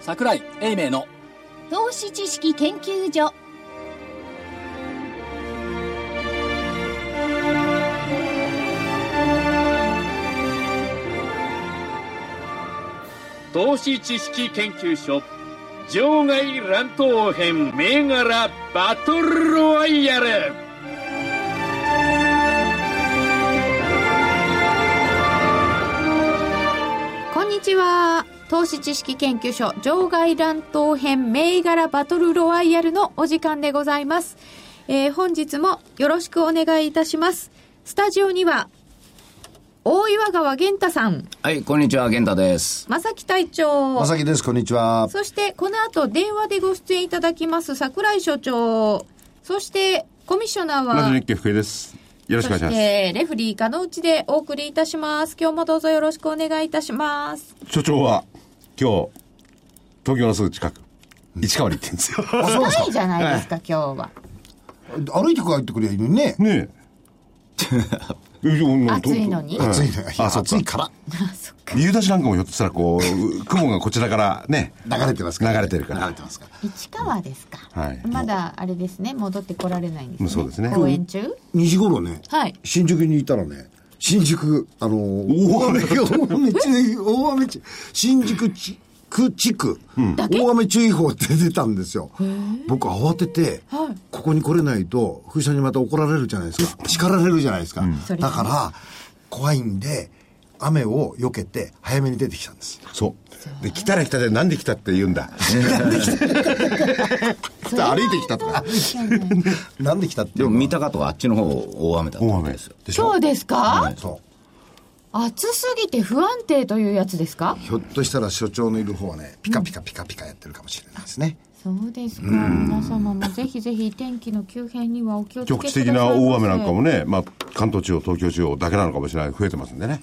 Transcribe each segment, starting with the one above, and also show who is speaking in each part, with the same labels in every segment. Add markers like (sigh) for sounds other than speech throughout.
Speaker 1: 桜井英明の
Speaker 2: 投資知識研究所
Speaker 3: 投資知識研究所場外乱闘編銘柄バトルロワイヤル
Speaker 4: こんにちは。投資知識研究所場外乱闘編銘柄バトルロワイヤルのお時間でございます。えー本日もよろしくお願いいたします。スタジオには、大岩川源太さん、
Speaker 5: はい、こんにちは、源太です。
Speaker 4: 正木隊長
Speaker 6: ま、さきです、こんにちは。
Speaker 4: そしてこの後電話でご出演いただきます桜井所長、そしてコミッショナー
Speaker 7: ラジオ
Speaker 4: は
Speaker 7: 日、経福井です。よろしく
Speaker 4: そ
Speaker 7: お
Speaker 4: し
Speaker 7: 願いして
Speaker 4: レフリー加納内でお送りいたします。今日もどうぞよろしくお願いいたします。
Speaker 7: ます。所長は、今日、東京のすぐ近く、市川に行ってんで
Speaker 6: (laughs)
Speaker 7: すよ。
Speaker 6: あ、そうです
Speaker 4: いいじゃないですか、今日は。
Speaker 6: か。歩いて帰ってくりゃいいのにね。
Speaker 7: ね
Speaker 6: (laughs)
Speaker 7: え。えもう
Speaker 4: 暑いのに
Speaker 7: ええ
Speaker 6: 暑いのよ。
Speaker 7: あ、そっ
Speaker 6: 暑い
Speaker 7: か。
Speaker 6: から。
Speaker 7: 夕立なんかもひょっとしたら、こう、 (laughs) 雲がこちらからね、
Speaker 6: 流れてますから、
Speaker 7: 流れてるから
Speaker 6: 流れてますから。
Speaker 4: 市川ですか。
Speaker 7: はい
Speaker 4: まだあれですね、戻ってこられないんですね。
Speaker 7: そうですね
Speaker 4: 公演中
Speaker 6: 2時頃ね、
Speaker 4: はい
Speaker 6: 新宿にいたらね、新宿、あの、大雨、大雨注意、大雨注意、新宿地区、地区、大雨注意報って出たんですよ。僕慌てて、ここに来れないと、福井さんにまた怒られるじゃないですか。叱られるじゃないですか。
Speaker 4: それ
Speaker 6: だから、怖いんで、雨を避けて、早めに出てきたんです。
Speaker 7: そう。で、来たら来たで、なんで来たって言うんだ。来た歩いてきたとか。
Speaker 6: なんで来たってい
Speaker 5: で
Speaker 6: う
Speaker 5: も、
Speaker 6: のは
Speaker 5: 三鷹とはあっちの方、大雨だった
Speaker 7: 大
Speaker 5: ん
Speaker 7: 雨
Speaker 5: で
Speaker 7: ですす
Speaker 5: よ
Speaker 7: よ。。でしょ
Speaker 4: そうですか
Speaker 6: そう。
Speaker 4: 暑すぎて不安定というやつですか
Speaker 6: ひょっとしたら所長のいる方はね、ピカピカピカピカやってるかもしれないですね。
Speaker 4: そうですか。皆様もぜひぜひ天気の急変にはお気をつけく
Speaker 7: 局
Speaker 4: だ
Speaker 7: 地
Speaker 4: さい。
Speaker 7: 的な大雨なんかもね、まあ、関東地方、東京地方だけなのかもしれない。増えてますんでね。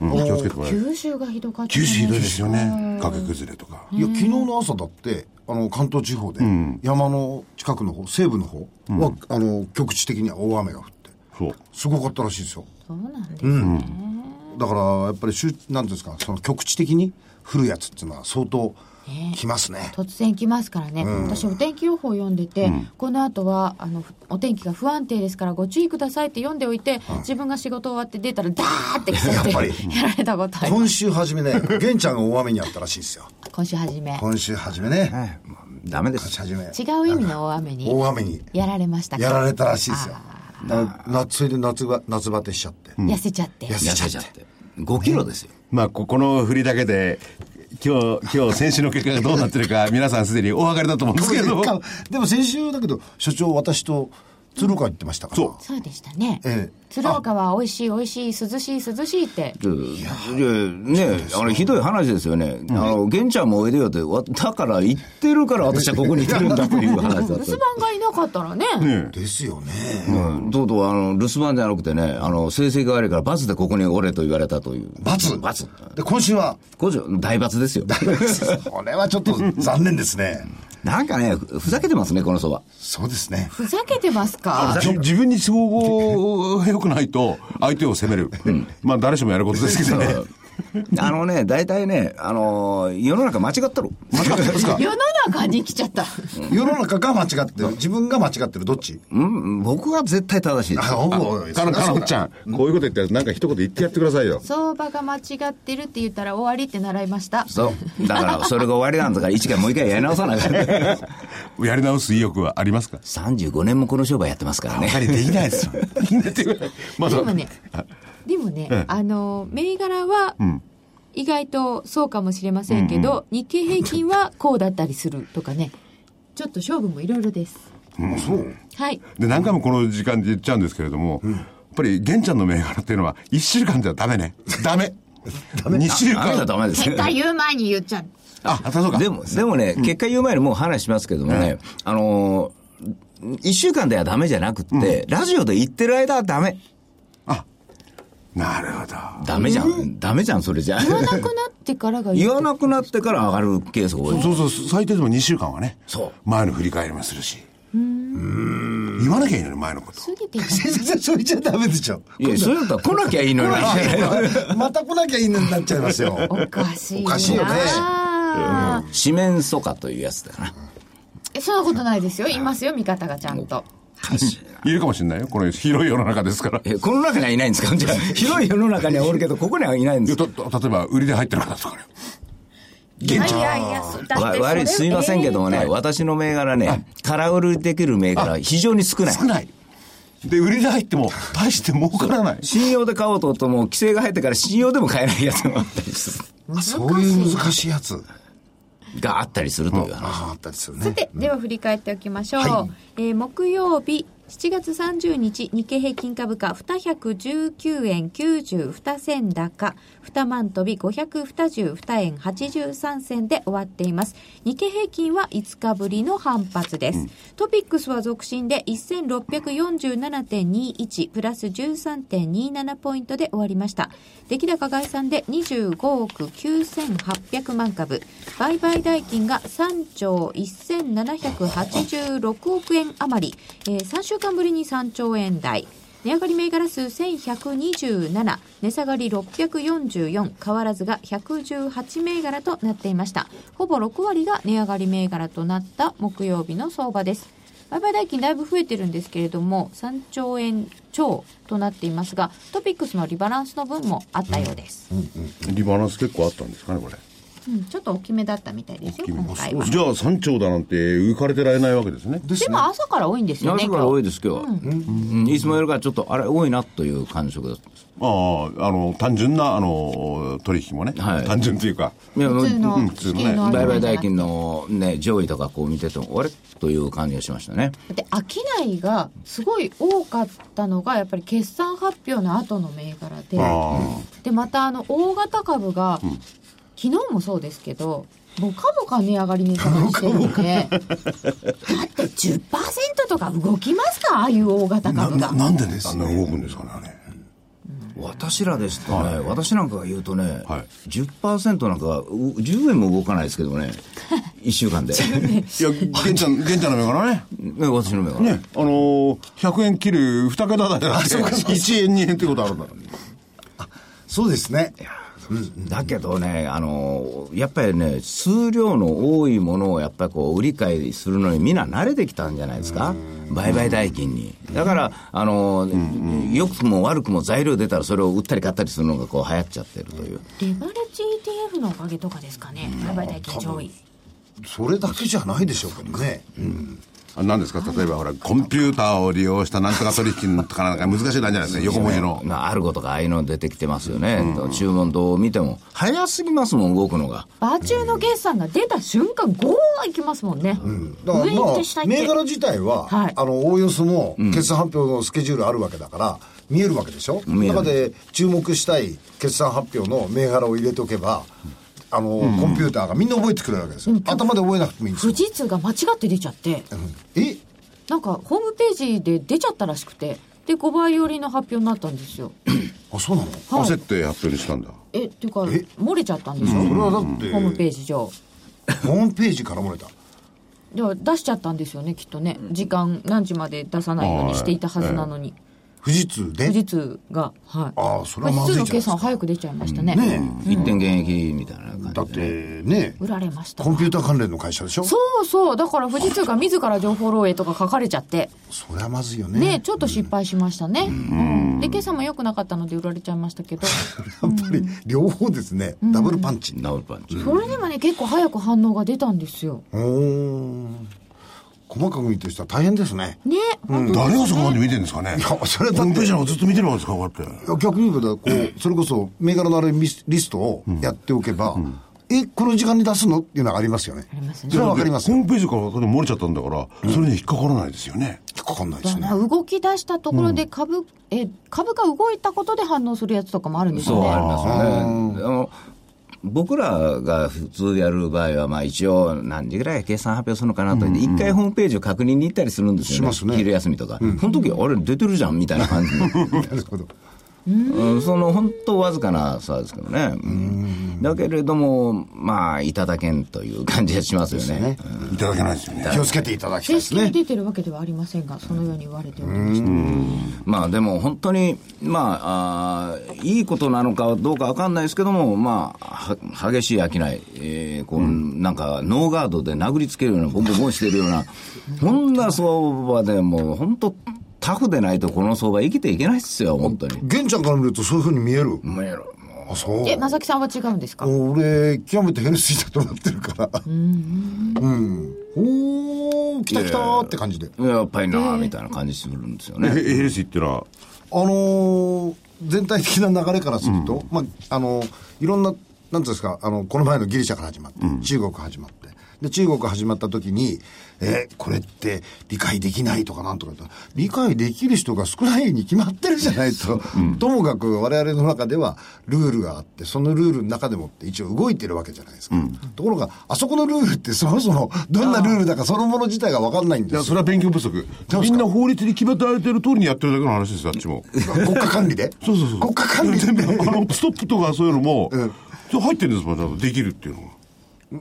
Speaker 7: うん、気をつけてもらえる。
Speaker 4: 九州がひどかったじゃ
Speaker 7: 九
Speaker 4: な
Speaker 7: 州ひどい
Speaker 4: で
Speaker 7: ですす
Speaker 4: か
Speaker 7: よね。崖崩れとか。
Speaker 6: いや、昨日の朝だって、あの、関東地方で、山の近くの方、西部の方は、あの、局地的には大雨が降って、
Speaker 7: そう。
Speaker 6: すごかったらしいですよ。
Speaker 4: そうなんですね。
Speaker 6: だから、やっぱり、集なんていうんですか、その局地的に降るやつっていうのは相当きますね。
Speaker 4: 突然来ますからね、私お天気予報を読んでて、この後はあのふお天気が不安定ですからご注意くださいって読んでおいて、自分が仕事終わって出たらダーって来ちゃって
Speaker 6: (laughs) やっ
Speaker 4: や
Speaker 6: ぱり
Speaker 4: られたことありま
Speaker 6: 今
Speaker 4: す
Speaker 6: 週初めね、玄ちゃんが大雨にあったらしいですよ。
Speaker 4: 今週初め
Speaker 6: 今週初めね、
Speaker 5: ダメで
Speaker 6: 今週
Speaker 5: す。
Speaker 6: 初め。
Speaker 4: 違う意味の大雨に
Speaker 6: 大雨に
Speaker 4: やられましたか
Speaker 6: やられたらしいですよ。だから夏、それで夏ば、夏バテしちゃって。
Speaker 4: 痩せちゃって
Speaker 6: 痩
Speaker 5: 痩せちゃって。5キロですよ。
Speaker 7: まあ、ここの振りだけで、今日、今日、先週の結果がどうなってる (laughs) か、皆さんすでにお分かりだと思うんですけど、
Speaker 6: でも先週だけど所長私と鶴岡行ってましたから、
Speaker 7: そう
Speaker 4: そうでしたね、
Speaker 6: ええ
Speaker 4: 鶴岡は美味しい美味しい涼しい涼しいって
Speaker 5: いやねあれ、ひどい話ですよね。あの、玄ちゃんもおいでよって、わだから言ってる (laughs) から私はここにいてるんだという話だっ
Speaker 4: 留
Speaker 5: た
Speaker 4: 守。番がいなかったらね
Speaker 6: ですよね、
Speaker 5: うんとうとう、あの、留守番じゃなくてね、あの、成績が悪いから、罰でここにおれと言われたという。
Speaker 6: 罰
Speaker 5: 罰。
Speaker 6: で今週は
Speaker 5: これじゃ大罰ですよ。
Speaker 6: これはちょっと残念ですね
Speaker 5: (laughs) なんかね、ふふざけてますね、この人は。
Speaker 6: そうですね
Speaker 4: ふざけてますか
Speaker 7: じ自分に都合が良くないと、相手を責める。まあ、誰しもやることですけどね。
Speaker 5: あのね、大体ね、あのー世の中間違ったろ。
Speaker 6: 間違ってますか
Speaker 4: 世の中に来ちゃった
Speaker 6: 世の中が間違ってる自分が間違ってるどっち
Speaker 5: うん、僕は絶対正しいですよ。
Speaker 6: おお
Speaker 7: かな、かなほちゃん、こういうこと言ったら、なんか一言言ってやってくださいよ。
Speaker 4: 相場が間違ってるって言ったら終わりって習いました
Speaker 5: そう。だから、それが終わりなんだから、一回もう一回やり直さなあかん、ね、
Speaker 7: やり直す意欲はありますか
Speaker 5: 35年もこの商売やってますからね。
Speaker 7: りできないですよ。できないっていうかま
Speaker 4: で
Speaker 7: だ
Speaker 5: (laughs)
Speaker 4: もね、でもね、あの、銘柄は、意外とそうかもしれませんけど、日経平均はこうだったりするとかね、ちょっと勝負もいろいろです。はい。
Speaker 7: で、何回もこの時間で言っちゃうんですけれども、やっぱり、玄ちゃんの銘柄っていうのは、1週間じゃダメね。ダメ。2週
Speaker 5: あれは
Speaker 7: 間。
Speaker 5: ダメです
Speaker 4: 絶
Speaker 5: ね。
Speaker 4: 対言う前に言っちゃう。
Speaker 7: あ、そうか。
Speaker 5: でも、でもね、結果言う前にもう話しますけどもね、あのー、1週間ではダメじゃなくって、ラジオで言ってる間はダメ。
Speaker 7: なるほど。
Speaker 5: ダメじゃん。ダメじゃん、それじゃ。
Speaker 4: 言わなくなってからがいい。
Speaker 5: 言わなくなってから上がるケースが多い。
Speaker 7: そうそう、最低でも2週間はね。
Speaker 5: そう
Speaker 7: 前の振り返りもするし。うん。言わなきゃいいのに、前のこと。
Speaker 4: 過ぎてい
Speaker 6: 先生それじゃダメでしょ
Speaker 5: いや、それだったら来なきゃいいのに。
Speaker 6: また来なきゃいいのになっちゃいます
Speaker 4: お
Speaker 6: よ
Speaker 4: かしいな。
Speaker 6: おかしいよね
Speaker 4: あああ、
Speaker 5: (laughs) 四面楚歌というやつだな。
Speaker 4: えそんなことないですよ。いますよ、味方がちゃんと。
Speaker 7: いるかもしれないよ。この広い世の中ですから。
Speaker 5: え、この中にはいないんですかじゃあ、広い世の中にはおるけど、ここにはいないん
Speaker 7: い
Speaker 5: で
Speaker 7: や
Speaker 5: すか
Speaker 7: たた例えば、売りで入ってる方とかね。
Speaker 4: いやいやいや、そうだって
Speaker 5: わ
Speaker 4: それ
Speaker 5: 悪い、すいませんけどもね、私の銘柄ね、空売りできる銘柄、非常に少ない。
Speaker 7: 少ない。で、売りで入っても、大して儲からない。
Speaker 5: 信用で買おうと思っても、規制が入ってから信用でも買えないやつもあったりする。
Speaker 6: あそういう難しいやつ
Speaker 5: (laughs) があったりするという話。
Speaker 6: ああったりするね
Speaker 4: さて、では振り返っておきましょう。えー木曜日、7月30日、日経平均株価、219円92銭高、2万飛び522円83銭で終わっています。日経平均は5日ぶりの反発です。トピックスは続伸で1647.21、プラス13.27ポイントで終わりました。出来高概算で25億9800万株、売買代金が3兆1786億円余り、え3週間ぶりに3兆円台。値上がり銘柄数1127、値下がり644、変わらずが118銘柄となっていました。ほぼ6割が値上がり銘柄となった木曜日の相場です。売買代金だいぶ増えてるんですけれども3兆円超となっていますがトピックスのリバランスの分もあったようです、うん
Speaker 7: リバランス結構あったんですかね、これ。
Speaker 4: ちょっと大きめだったみたいですよ今回は
Speaker 7: じゃあ、3兆だなんて浮かれてられないわけですね。
Speaker 4: でも朝から多いんですよね
Speaker 5: 朝から多い
Speaker 4: 今
Speaker 5: です、今日は。うんいつもよりかはちょっと、あれ、多いなという感触だったんです。
Speaker 7: ああ、あの、単純な、あの、取引もね。
Speaker 5: はい
Speaker 7: 単純というか。
Speaker 5: いやもう
Speaker 4: 日普通の
Speaker 7: うん普
Speaker 4: 地
Speaker 7: 通のね
Speaker 4: 球の
Speaker 5: 売買代金の、ね、上位とかこう見てても、あれという感じがしましたね。
Speaker 4: で商いがすごい多かったのがやっぱり決算発表の後の銘柄で
Speaker 7: あ
Speaker 4: でまたあの大型株が、昨日もそうですけどボカボカ値上がりに下がりしてるんでだって10%とか動きますかああいう大型株が
Speaker 7: なんでですあんな動くんですかね、あれ。
Speaker 5: 私らですとね、私なんかが言うとね、
Speaker 7: はい
Speaker 5: 10%なんか、う10円も動かないですけどね、1週間で。
Speaker 7: いや、玄ちゃん、玄ちゃんの目からね。
Speaker 5: ね私の目が。
Speaker 7: ね、あのー、100円切る2桁台だって、1円、2円ってことあるんだからね。
Speaker 6: そうですね
Speaker 5: だけどね、あの、やっぱりね、数量の多いものをやっぱりこう、売り買いするのにみんな慣れてきたんじゃないですか。売買代金に。だから、あの、良くも悪くも材料出たらそれを売ったり買ったりするのがこう流行っちゃってるという。
Speaker 4: レバレッジ ETF のおかげとかですかね売買代金上位
Speaker 6: それだけじゃないでしょうけどね、
Speaker 7: あ何ですか例えばほら、コンピューターを利用したなんとか取引とかなんか難しいなんじゃないですか横文字の。
Speaker 5: まあ、アルゴとかああいうの出てきてますよね。注文どう見ても。早すぎますもん、動くのが。
Speaker 4: バーチューの決算が出た瞬間ゴーいきますもんね、
Speaker 6: だから
Speaker 4: 上行
Speaker 6: ま
Speaker 4: って下
Speaker 6: あ
Speaker 4: 行って
Speaker 6: 銘柄自体は、
Speaker 4: はい
Speaker 6: あのおおよその決算発表のスケジュールあるわけだから、見えるわけでしょ
Speaker 5: 見える
Speaker 6: 中で注目したい決算発表の銘柄を入れとけばあの、コンピューターがみんな覚えてくれるわけですよ、頭で覚えなくてもいいんですよ
Speaker 4: 富士通が間違って出ちゃって
Speaker 6: え
Speaker 4: なんかホームページで出ちゃったらしくてで5倍寄りの発表になったんですよ、
Speaker 6: あそうなの
Speaker 4: はい
Speaker 7: 焦って発表にしたんだ。
Speaker 4: えっていうか漏れちゃったんでしょ、
Speaker 6: それはだっ
Speaker 4: ホーム
Speaker 6: て
Speaker 4: ページ上
Speaker 6: ホームページから漏れた
Speaker 4: では出しちゃったんですよねきっとね時間何時まで出さないようにしていたはずなのに
Speaker 6: 富士通で
Speaker 4: 富士通がはい
Speaker 6: ああそれはまず
Speaker 4: 富士
Speaker 6: いじゃない
Speaker 4: 通の
Speaker 6: で
Speaker 4: 計
Speaker 6: すか
Speaker 4: 算早く出ちゃいましたね
Speaker 5: 一点現役みたいな感じで。
Speaker 6: だってね
Speaker 4: 売られました
Speaker 6: コンピューター関連の会社でしょ
Speaker 4: そうそうだから富士通が自ら情報漏洩とか書かれちゃって
Speaker 6: そりゃまずいよね
Speaker 4: ねちょっと失敗しましたね、うんで今朝も良くなかったので売られちゃいましたけど
Speaker 6: やっぱり両方ですね、ダブルパンチ
Speaker 5: ダブルパンチ。
Speaker 4: それでもね結構早く反応が出たんですよ
Speaker 6: うーん細かく見てる人は大変ですね
Speaker 4: ね、本当
Speaker 7: 誰がそこまで見てるんですかね
Speaker 6: いやそれだって
Speaker 7: コンピューターをずっと見てるわけですかこうやって。
Speaker 6: 逆に言えばこうそれこそ銘柄のあれリスリストをやっておけば、えこの時間に出すのっていうのがありますよね
Speaker 4: ありますね
Speaker 6: それはわかります
Speaker 7: ホー
Speaker 6: よ
Speaker 7: ムページから漏れちゃったんだから、それに引っかからないですよね。
Speaker 6: 引っかかんないで
Speaker 4: だ
Speaker 6: すね
Speaker 4: な動き出したところで株、え株が動いたことで反応するやつとかもあるんです
Speaker 5: そ
Speaker 4: よ
Speaker 5: う
Speaker 4: ね
Speaker 5: ありますよね。あの僕らが普通やる場合は、まあ、一応、何時ぐらい計算発表するのかなと言って、一回ホームページを確認に行ったりするんですよね、
Speaker 6: します
Speaker 5: (laughs)
Speaker 6: ね
Speaker 5: 昼休みとか、その時あれ、出てるじゃんみたいな感じで、
Speaker 6: なるほど
Speaker 5: うんその本当わずかな差ですけどね、うんだけれども、まあ、いただけんという感じがしますよね。
Speaker 7: いただけないですよね
Speaker 6: 気をつけていただきた
Speaker 4: 正
Speaker 6: いです
Speaker 4: 式に
Speaker 6: ね。
Speaker 4: 出てるわけではありませんが、そのように言われておりました。
Speaker 5: まあでも本当に、まあ、あーいいことなのかどうかわかんないですけども、まあ、は激しい商い、えーこうなんかノーガードで殴りつけるような、ボンボンボンしてるような、こんな相場でもう本当、タフでないとこの相場生きていけないっすよ、本当に。
Speaker 6: 玄ちゃんから見るとそういうふうに見える。
Speaker 5: もうやろも
Speaker 6: あ、そう。
Speaker 4: え、正木さんは違うんですか
Speaker 6: 俺、極めて変水だと思ってるから。うん。おー、来た来たーって感じで。
Speaker 5: うやっぱりなーみたいな感じするんですよ
Speaker 7: え
Speaker 5: ね。
Speaker 7: ヘルシーっていうのは
Speaker 6: あのー全体的な流れからすると、まあ、あのーいろんな、なんていうんですか、あの、この前のギリシャから始まって、中国始まって、で、中国始まった時に、えーこれって理解できないとかなんとか言ったら理解できる人が少ないに決まってるじゃないと、ともかく我々の中ではルールがあって、そのルールの中でもって一応動いてるわけじゃないですか。ところが、あそこのルールってそもそもどんなルールだかそのもの自体がわかんないん
Speaker 7: い
Speaker 6: で
Speaker 7: や
Speaker 6: すよ。
Speaker 7: それは勉強不足みんな法律に決められてる通りにやってるだけの話ですよあっちも
Speaker 6: 国家管理で
Speaker 7: そうそうそう
Speaker 6: 国家管理で
Speaker 7: 全部あのストップとかそういうのも、
Speaker 6: ん
Speaker 7: そう入ってるんですもんちゃんとできるっていうのが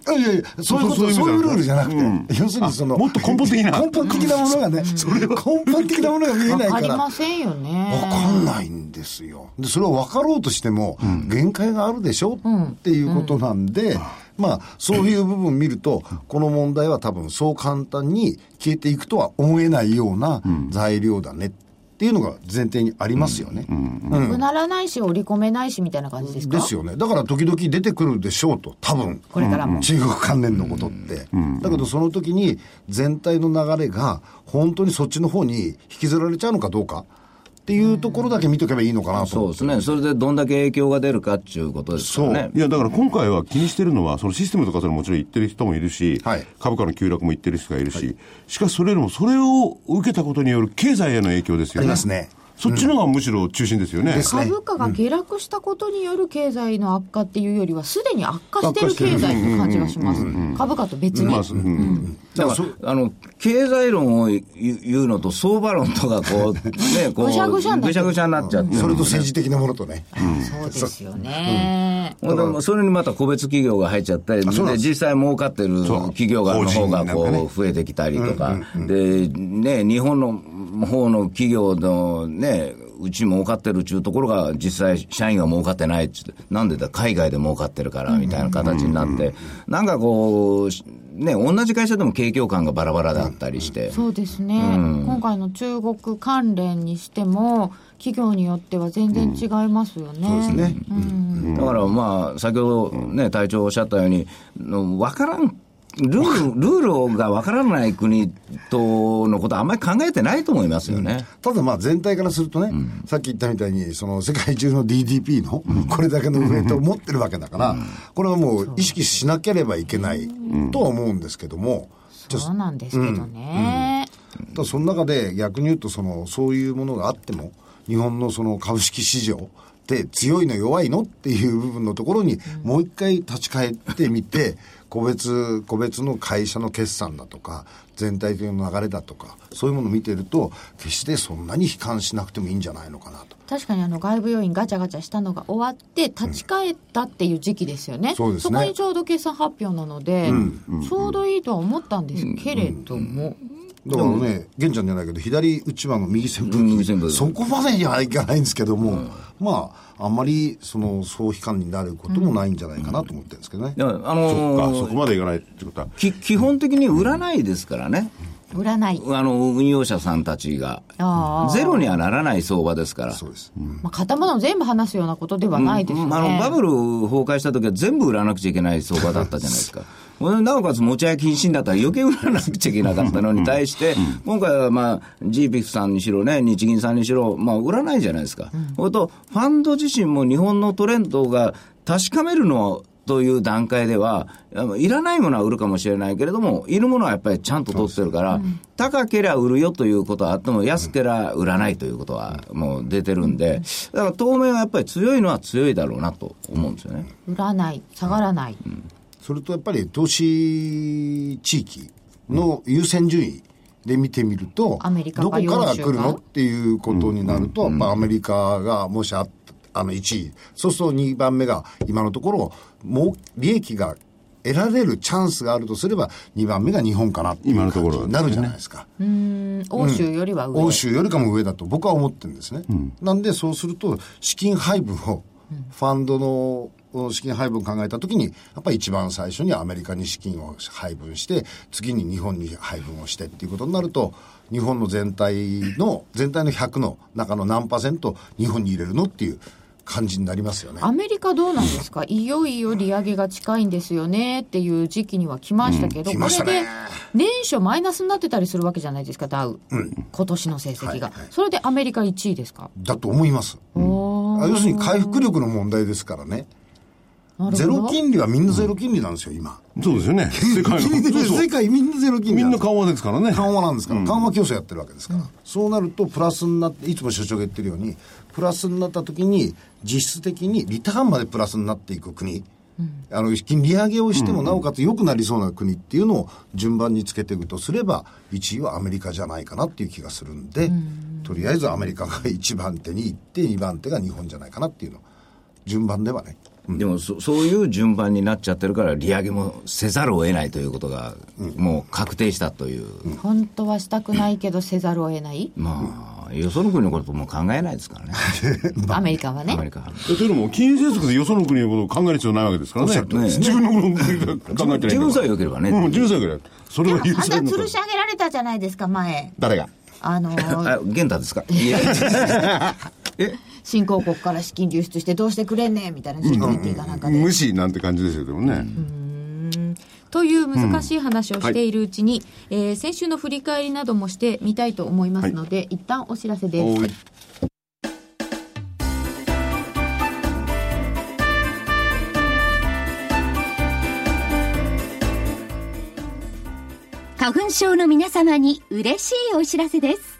Speaker 6: あいやいや、そういうこと、
Speaker 7: そ
Speaker 6: そ
Speaker 7: うそう
Speaker 6: う
Speaker 7: そう
Speaker 6: い
Speaker 7: いう
Speaker 6: ルー
Speaker 7: う意
Speaker 6: ル
Speaker 7: 味
Speaker 6: じ
Speaker 7: じ
Speaker 6: ゃ
Speaker 7: ゃ
Speaker 6: な
Speaker 7: な
Speaker 6: く
Speaker 7: く
Speaker 6: て、
Speaker 7: て
Speaker 6: 要するにその、
Speaker 7: もっと根本的な
Speaker 6: 根本的なものがね、 (laughs) それは根本的なものが見えない
Speaker 4: わ
Speaker 6: か
Speaker 4: かり
Speaker 6: ら。
Speaker 4: ま
Speaker 6: わ
Speaker 4: せんよね。
Speaker 6: かんないんですよ。で、それを分かろうとしても、限界があるでしょっていうことなんで、まあ、そういう部分を見ると、この問題は多分そう簡単に消えていくとは思えないような材料だねっていうのが前提にありますよね。
Speaker 4: なくならないし、織り込めないし、みたいな感じですか
Speaker 6: ですよね。だから時々出てくるでしょうと、多分。
Speaker 4: これからも。
Speaker 6: 中国関連のことって、だけどその時に全体の流れが本当にそっちの方に引きずられちゃうのかどうかっていうところだけ見とけばいいのかなと、
Speaker 5: そうですね。それでどんだけ影響が出るかっていうことですよね
Speaker 7: い。やだから今回は気にしてるのはそのシステムとかそれもちろん言ってる人もいるし、
Speaker 6: はい
Speaker 7: 株価の急落も言ってる人がいるし、しかしそれよりもそれを受けたことによる経済への影響です
Speaker 6: あ
Speaker 7: よね
Speaker 6: りますね
Speaker 7: そっちの方がむしろ中心ですよね、
Speaker 6: ですね
Speaker 4: 株価が下落したことによる経済の悪化っていうよりは、すでに悪化してる経済って感じがします。株価と別に。
Speaker 7: まあそうん
Speaker 5: だからあの経済論を言う言うのと相場論とがこう、ね、こう
Speaker 4: ぐしゃぐしゃになってる
Speaker 5: ぐしゃぐしゃになっちゃって、
Speaker 6: それと政治的なものとね、
Speaker 4: そうですよね。
Speaker 5: ほんでそれにまた個別企業が入っちゃったり、で
Speaker 6: そうなんです
Speaker 5: 実際儲かってる企業が
Speaker 7: そ
Speaker 5: の
Speaker 7: う
Speaker 5: 方が
Speaker 7: 法人なんか
Speaker 5: こう増えてきたりとか、で、ね、日本の方の企業のね、うち儲かってるっちゅうところが、実際、社員が儲かってないっちゅって、なんでだ、海外で儲かってるからみたいな形になって、なんかこう、ね、同じ会社でも景況感がバラバラだったりして。
Speaker 4: そうですね、今回の中国関連にしても、企業によっては全然違いますよね。
Speaker 6: そうですね、
Speaker 5: だからまあ、先ほどね、隊長おっしゃったように、のわからん、ルール、ルールがわからない国とのことあんまり考えてないと思いますよね。
Speaker 6: ただまあ全体からするとね、さっき言ったみたいに、その世界中の DDP のこれだけの上と思ってるわけだから、これはもう意識しなければいけないとは思うんですけども、じゃあ
Speaker 4: そうなんですけどね。
Speaker 6: ただその中で逆に言うとそのそういうものがあっても日本のその株式市場って強いの弱いのっていう部分のところにもう一回立ち返ってみて個別個別の会社の決算だとか全体的な流れだとかそういうものを見てると決してそんなに悲観しなくてもいいんじゃないのかなと。
Speaker 4: 確かにあの外部要因ガチャガチャしたのが終わって立ち返ったっていう時期ですよね、
Speaker 6: そうですね
Speaker 4: こにちょうど決算発表なので、ちょうどいいとは思ったんですけれども、
Speaker 6: だからね、玄ちゃんじゃないけど、左内輪の右扇
Speaker 5: 右
Speaker 6: 風
Speaker 5: 扇風機
Speaker 6: 機、そこまでにはいかないんですけども、まあ、あんまり、その、総悲観になることもないんじゃないかなと思ってるんですけどね。
Speaker 5: だからあ
Speaker 7: そっかそ
Speaker 5: の
Speaker 7: こまでいかないってことは
Speaker 5: き基本的に占いですからね、
Speaker 4: 占い、
Speaker 5: あの運用者さんたちが、
Speaker 4: あー
Speaker 5: ゼロにはならない相場ですから、
Speaker 6: そうです。
Speaker 4: まあ、片物を全部話すようなことではないですよね、
Speaker 5: あのバブル崩壊した時は全部売らなくちゃいけない相場だったじゃない
Speaker 4: (laughs)
Speaker 5: ですか。ほんでなおかつ持ち合い禁止になったら余計売らなくちゃいけなかったのに対して、今回はまあ GPIF さんにしろね、日銀さんにしろ、まあ売らないじゃないですか。ほ、んと、ファンド自身も日本のトレンドが確かめるのという段階では、あのいらないものは売るかもしれないけれども、いるものはやっぱりちゃんと取ってるから、高けりゃ売るよということはあっても、安けりゃ売らないということはもう出てるんで、だから当面はやっぱり強いのは強いだろうなと思うんですよね。
Speaker 4: 占い下がらない、
Speaker 6: それとやっぱり投資地域の優先順位で見てみると、
Speaker 4: アメリカ
Speaker 6: ど
Speaker 4: が
Speaker 6: こから来る
Speaker 4: 4週間
Speaker 6: のっていうことになると、まあアメリカがもしああの1位、そうすると2番目が今のところ、もう利益が得られるチャンスがあるとすれば、2番目が日本かなっていう
Speaker 7: 今のとこ
Speaker 6: 感
Speaker 7: ろ
Speaker 6: じ
Speaker 7: はね
Speaker 6: になるじゃないですか。
Speaker 4: うん欧州よりは上、
Speaker 6: 欧州よりかも上だと僕は思ってるんですね。なんでそうすると資金配分を、ファンドのうん資金配分を考えたときに、やっぱり一番最初にアメリカに資金を配分して、次に日本に配分をしてっていうことになると、日本の全体の、全体の100の中の何パーセント日本に入れるのっていう感じになりますよね。
Speaker 4: アメリカどうなんですか、いよいよ利上げが近いんですよねっていう時期には来ましたけど、
Speaker 6: うん来
Speaker 4: こ
Speaker 6: ました
Speaker 4: れ
Speaker 6: ね
Speaker 4: で年初マイナスになってたりするわけじゃないですか、ダウ、今年の成績が、それでアメリカ1位ですか、
Speaker 6: だと思います。
Speaker 4: おー
Speaker 6: 要するに回復力の問題ですからね。
Speaker 4: なるほど
Speaker 6: ゼロ金利はみんなゼロ金利なんですよ、今。
Speaker 7: そうですよね。
Speaker 6: (laughs)
Speaker 7: 世界の。そうそう
Speaker 6: 世界みんなゼロ金利
Speaker 7: み
Speaker 6: なんんで
Speaker 7: な
Speaker 6: す
Speaker 7: 緩和ですからね。
Speaker 6: 緩和なんですから、緩和競争やってるわけですから、そうなるとプラスになって、いつも所長が言ってるように、プラスになった時に、実質的にリターンまでプラスになっていく国、あの金利上げをしても、なおかつ良くなりそうな国っていうのを順番につけていくとすれば、1位はアメリカじゃないかなっていう気がするんで、とりあえずアメリカが1番手に行って、2番手が日本じゃないかなっていうの、順番ではね。
Speaker 5: でもそ、そういう順番になっちゃってるから、利上げもせざるを得ないということが、もう確定したという、
Speaker 4: 本当はしたくないけど、せざるを得ない、
Speaker 5: まあ、よその国のことも考えないですから
Speaker 7: (laughs)
Speaker 5: ね、
Speaker 4: アメリカは
Speaker 5: アメリ
Speaker 4: ね、
Speaker 5: カは。
Speaker 7: えというのも、金融政策でよその国のことを考える必要ないわけですからね。
Speaker 5: ね
Speaker 7: 自分のことを考えてない
Speaker 5: 自分さえ良ければね
Speaker 7: うん、自分さえ良ければ。それ
Speaker 1: でも
Speaker 7: は
Speaker 1: あ
Speaker 7: 優
Speaker 1: んた
Speaker 7: 先の
Speaker 1: 吊るし上げられたじゃないですか前
Speaker 7: 誰が
Speaker 1: あの
Speaker 5: あ、玄太ですかい
Speaker 7: (laughs)
Speaker 5: や、
Speaker 1: 新興国から資金流出してどうしてくれんねんみたいなセキュリティかなんかで、
Speaker 7: 無視なんて感じですよ、でもね。
Speaker 4: という難しい話をしているうちに、えー先週の振り返りなどもしてみたいと思いますので、一旦お知らせです。
Speaker 7: おい
Speaker 2: 花粉症の皆様に嬉しいお知らせです。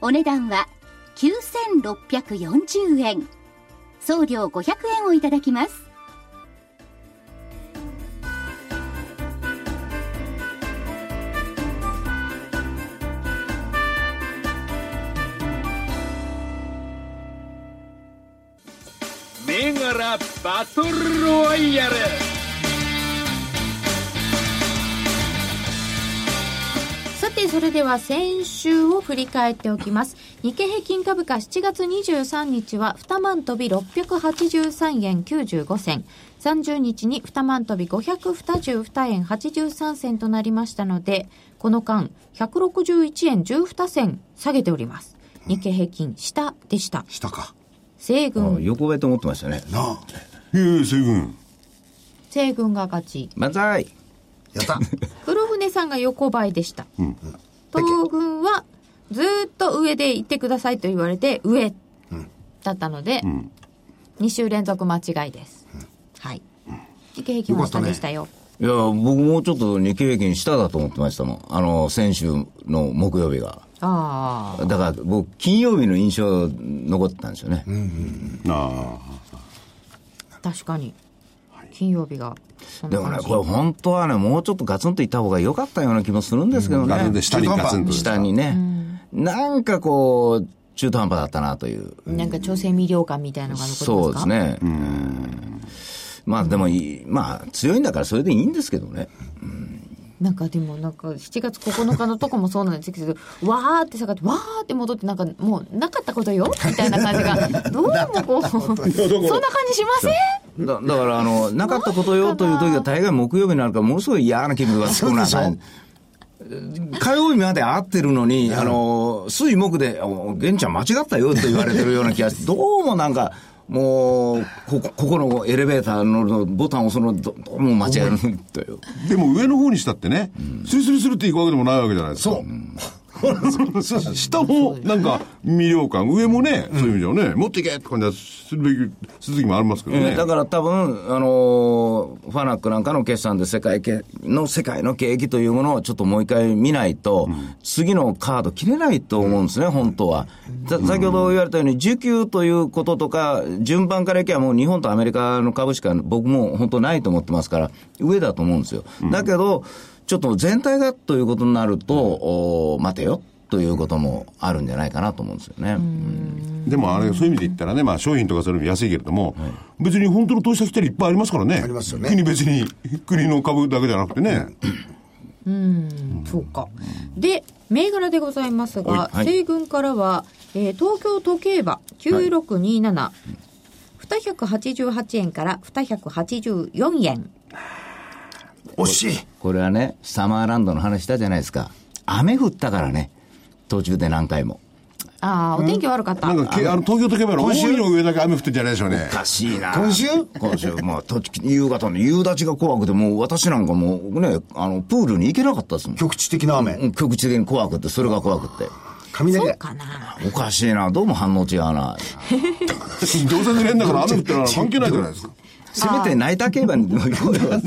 Speaker 2: お値段は9640円送料500円をいただきます
Speaker 3: 銘柄バトルロワイヤル
Speaker 4: さて、それでは先週を振り返っておきます。日経平均株価7月23日は2万飛び683円95銭。30日に2万飛び522円83銭となりましたので、この間161円12銭下げております。日経平均下でした。
Speaker 6: したか。
Speaker 4: 西
Speaker 5: もう
Speaker 4: 軍、
Speaker 5: 横上と思ってましたね。
Speaker 6: なあ。
Speaker 7: ええ、西軍。
Speaker 4: 西軍が勝ち。
Speaker 5: 万歳
Speaker 6: やった。
Speaker 4: 黒船さんが横ばいでした。東軍はずーっと上で行ってくださいと言われて上だったので、2週連続間違いです。はい。日経平均は下でしたよ。
Speaker 5: いや、僕もうちょっと日経平均下だと思ってましたもん。あの、先週の木曜日が。
Speaker 4: ああ。
Speaker 5: だから僕、金曜日の印象残ってたんですよね。
Speaker 7: ああ。
Speaker 4: 確かに。金曜日がそん
Speaker 5: で
Speaker 4: な
Speaker 5: もね
Speaker 4: 感、じ。
Speaker 5: これ本当はね、もうちょっとガツンといった方が良かったような気もするんですけどね。
Speaker 7: ガツンと下にガツンと。
Speaker 5: 下にね。なんかこう、中途半端だったなという。
Speaker 4: なんか調整未了感みたいなのが残ってますか
Speaker 5: そうです。ね。うんまあでもいい、まあ強いんだからそれでいいんですけどね。
Speaker 4: なんかでもなんか7月9日のとこもそうなんですけど、 (laughs) わーって下がって、わーって戻ってなんかもうなかったことよみたいな感じが、どうもこう、そんな感じしません
Speaker 5: だだからあの、なかったことよという時は大概木曜日になるから、ものすごい嫌な気分がつくな。火曜日まで会ってるのに、あの、水木で、お玄ちゃん間違ったよと言われてるような気が (laughs) して、どうもなんか、もう、ここ、ここのエレベーターのボタンをその、どどうも間違えるという。
Speaker 7: でも上の方にしたってね、スリスリするっていくわけでもないわけじゃないですか。そう (laughs) 下もなんか魅了感、上もね、そういう意味じゃね、持っていけって感じはするべき、する時もありますけど
Speaker 5: え
Speaker 7: ね。
Speaker 5: ーだから多分、あのーファナックなんかの決算で世界けの世界の景気というものをちょっともう一回見ないと、次のカード切れないと思うんですね、本当は。さ先ほど言われたように、需給ということとか、順番からいけばもう日本とアメリカの株しか僕も本当ないと思ってますから、上だと思うんですよ。だけど、ちょっと全体がということになると、おー待てよ。ということもあるんじゃないかなと思うんですよね。
Speaker 7: でもあれ、そういう意味で言ったらね、まあ商品とかそういうのも安いけれども、別に本当の投資先っていっぱいありますからね。
Speaker 6: ありますよね
Speaker 7: 国別に、国の株だけじゃなくてね。
Speaker 4: そうか。で、銘柄でございますが、
Speaker 5: はい
Speaker 4: 西軍からは、えー東京都競馬9627、288円から284円。
Speaker 6: 惜しい
Speaker 5: これはね、サマーランドの話したじゃないですか。雨降ったからね、途中で何回も。
Speaker 4: ああ、お天気悪かった。
Speaker 7: なんかけ、あの、東京とけばの大いの上だけ雨降ってんじゃないでしょうね
Speaker 5: お。かしいな。
Speaker 6: 今週
Speaker 5: 今週、まあ、と夕方の夕立が怖くて、もう私なんかもうね、あの、プールに行けなかったですもん。
Speaker 6: 局地的な
Speaker 5: う
Speaker 6: 雨
Speaker 5: ん局地的に怖くて、それが怖くて。
Speaker 6: 雷
Speaker 4: そう
Speaker 6: だ
Speaker 4: かな。
Speaker 5: おかしいな、どうも反応違うな。
Speaker 7: どうせ濡れんだから雨降ってるから関係ないじゃないですか。
Speaker 5: せめて泣いた競馬にでも行こうよ。 (laughs)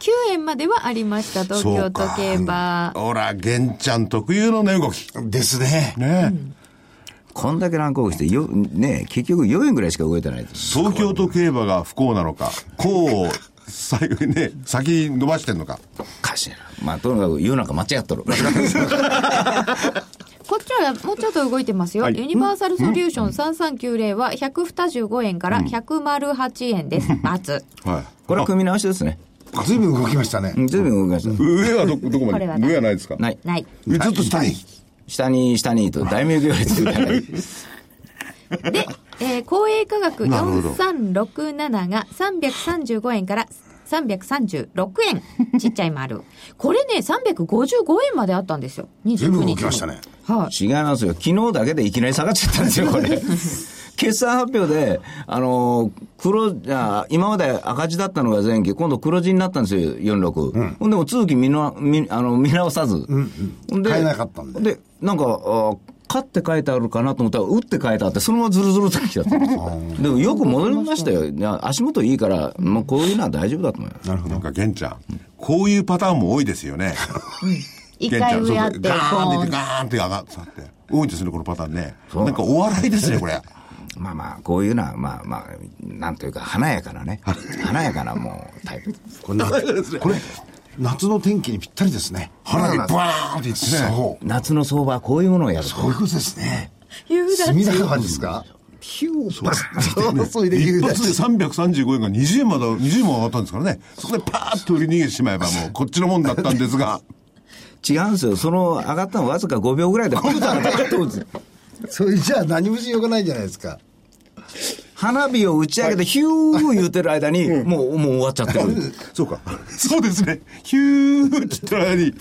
Speaker 4: 9円まではありました、 (laughs) 東京都競馬。
Speaker 7: ほら、玄ちゃん特有の値動き。
Speaker 6: ですね
Speaker 7: ね、
Speaker 5: こんだけ乱高下して、よ、ね、結局4円ぐらいしか動いてないです。
Speaker 7: 東京都競馬が不幸なのか、幸を最後にね、先伸ばしてんのか。
Speaker 5: おかしいな。まあ、とにかく言うなんか間違っ (laughs) とる。
Speaker 4: こっちはもうちょっと動いてますよ。ユニバーサルソリューション3390は125円から108円
Speaker 7: (laughs)
Speaker 4: です。×。
Speaker 7: はい。
Speaker 5: これは組み直しですね。
Speaker 6: 随分動きましたね
Speaker 5: うん随分動きました。
Speaker 7: 上はど、どこ
Speaker 4: こ
Speaker 7: ま
Speaker 4: れ
Speaker 7: で
Speaker 4: はない
Speaker 7: 上はないですか
Speaker 5: ない。
Speaker 4: ない。
Speaker 6: ずっと下に
Speaker 5: 下に、下にと、大名行列みた
Speaker 6: (laughs)
Speaker 5: いな。
Speaker 4: で、えー、公営価格
Speaker 7: なるほど
Speaker 4: 4367が335円から336円。
Speaker 7: (laughs)
Speaker 4: ちっちゃい丸。これね、355円まであったんですよ。
Speaker 6: 随
Speaker 4: 29
Speaker 6: 分動
Speaker 4: 日。
Speaker 6: きましたね。
Speaker 4: はい。
Speaker 5: 違いますよ。昨日だけでいきなり下がっちゃったんですよ、こ
Speaker 6: (laughs)
Speaker 5: れ。決算発表で、あのー黒、あー今まで赤字だったのが前期、今度黒字になったんですよ、46。ほんでもう通期見な見あの見直さず。ほんで
Speaker 6: 買えなかった (laughs) んで
Speaker 5: で、なんか、あー勝って書いてあるかなと思ったら、打って書いてあって、そのままズルズルと来ちゃったんですよ。でもよく戻りましたよ。いや足元いいから、もうこういうのは大丈夫だと思います。
Speaker 7: なんか玄ちゃん、こういうパターンも多いです
Speaker 4: (laughs)
Speaker 7: よね。
Speaker 1: 一回上あっ
Speaker 7: そうそう
Speaker 1: て、
Speaker 7: ガーンっ
Speaker 1: ポ
Speaker 7: て言っ
Speaker 1: ン
Speaker 7: て、ガーンって上がってって。多いですね、このパターンね。なんかお笑いですね、これ。
Speaker 5: まあまあ、こういうのは、まあまあ、なんというか、華やかなね。華やかなもうタイプ。
Speaker 6: これなこれ夏の天気にぴったりですね
Speaker 7: 腹にバーンっていってね。
Speaker 6: そう
Speaker 5: 夏の相場はこういうものをやると
Speaker 6: こういうことですね
Speaker 4: 夕立
Speaker 6: 隅田川ですかピューバッと注いで夕
Speaker 7: 一発で
Speaker 6: 立
Speaker 7: 335円が20円まで、20円も上がったんですからね。そこでパーッと売り逃げてしまえば
Speaker 6: (laughs)
Speaker 7: もうこっちのもんだったんですが。
Speaker 5: 違うんですよ。その上がったのわずか5秒ぐらいで、ポンと上がったんです
Speaker 6: それじゃあ何もしようがないじゃないですか
Speaker 5: 花火を打ち上げて、ヒュー言ってる間に、もう、もう終わっちゃってる。
Speaker 7: そうか。そうですね。ヒューって言ったらに。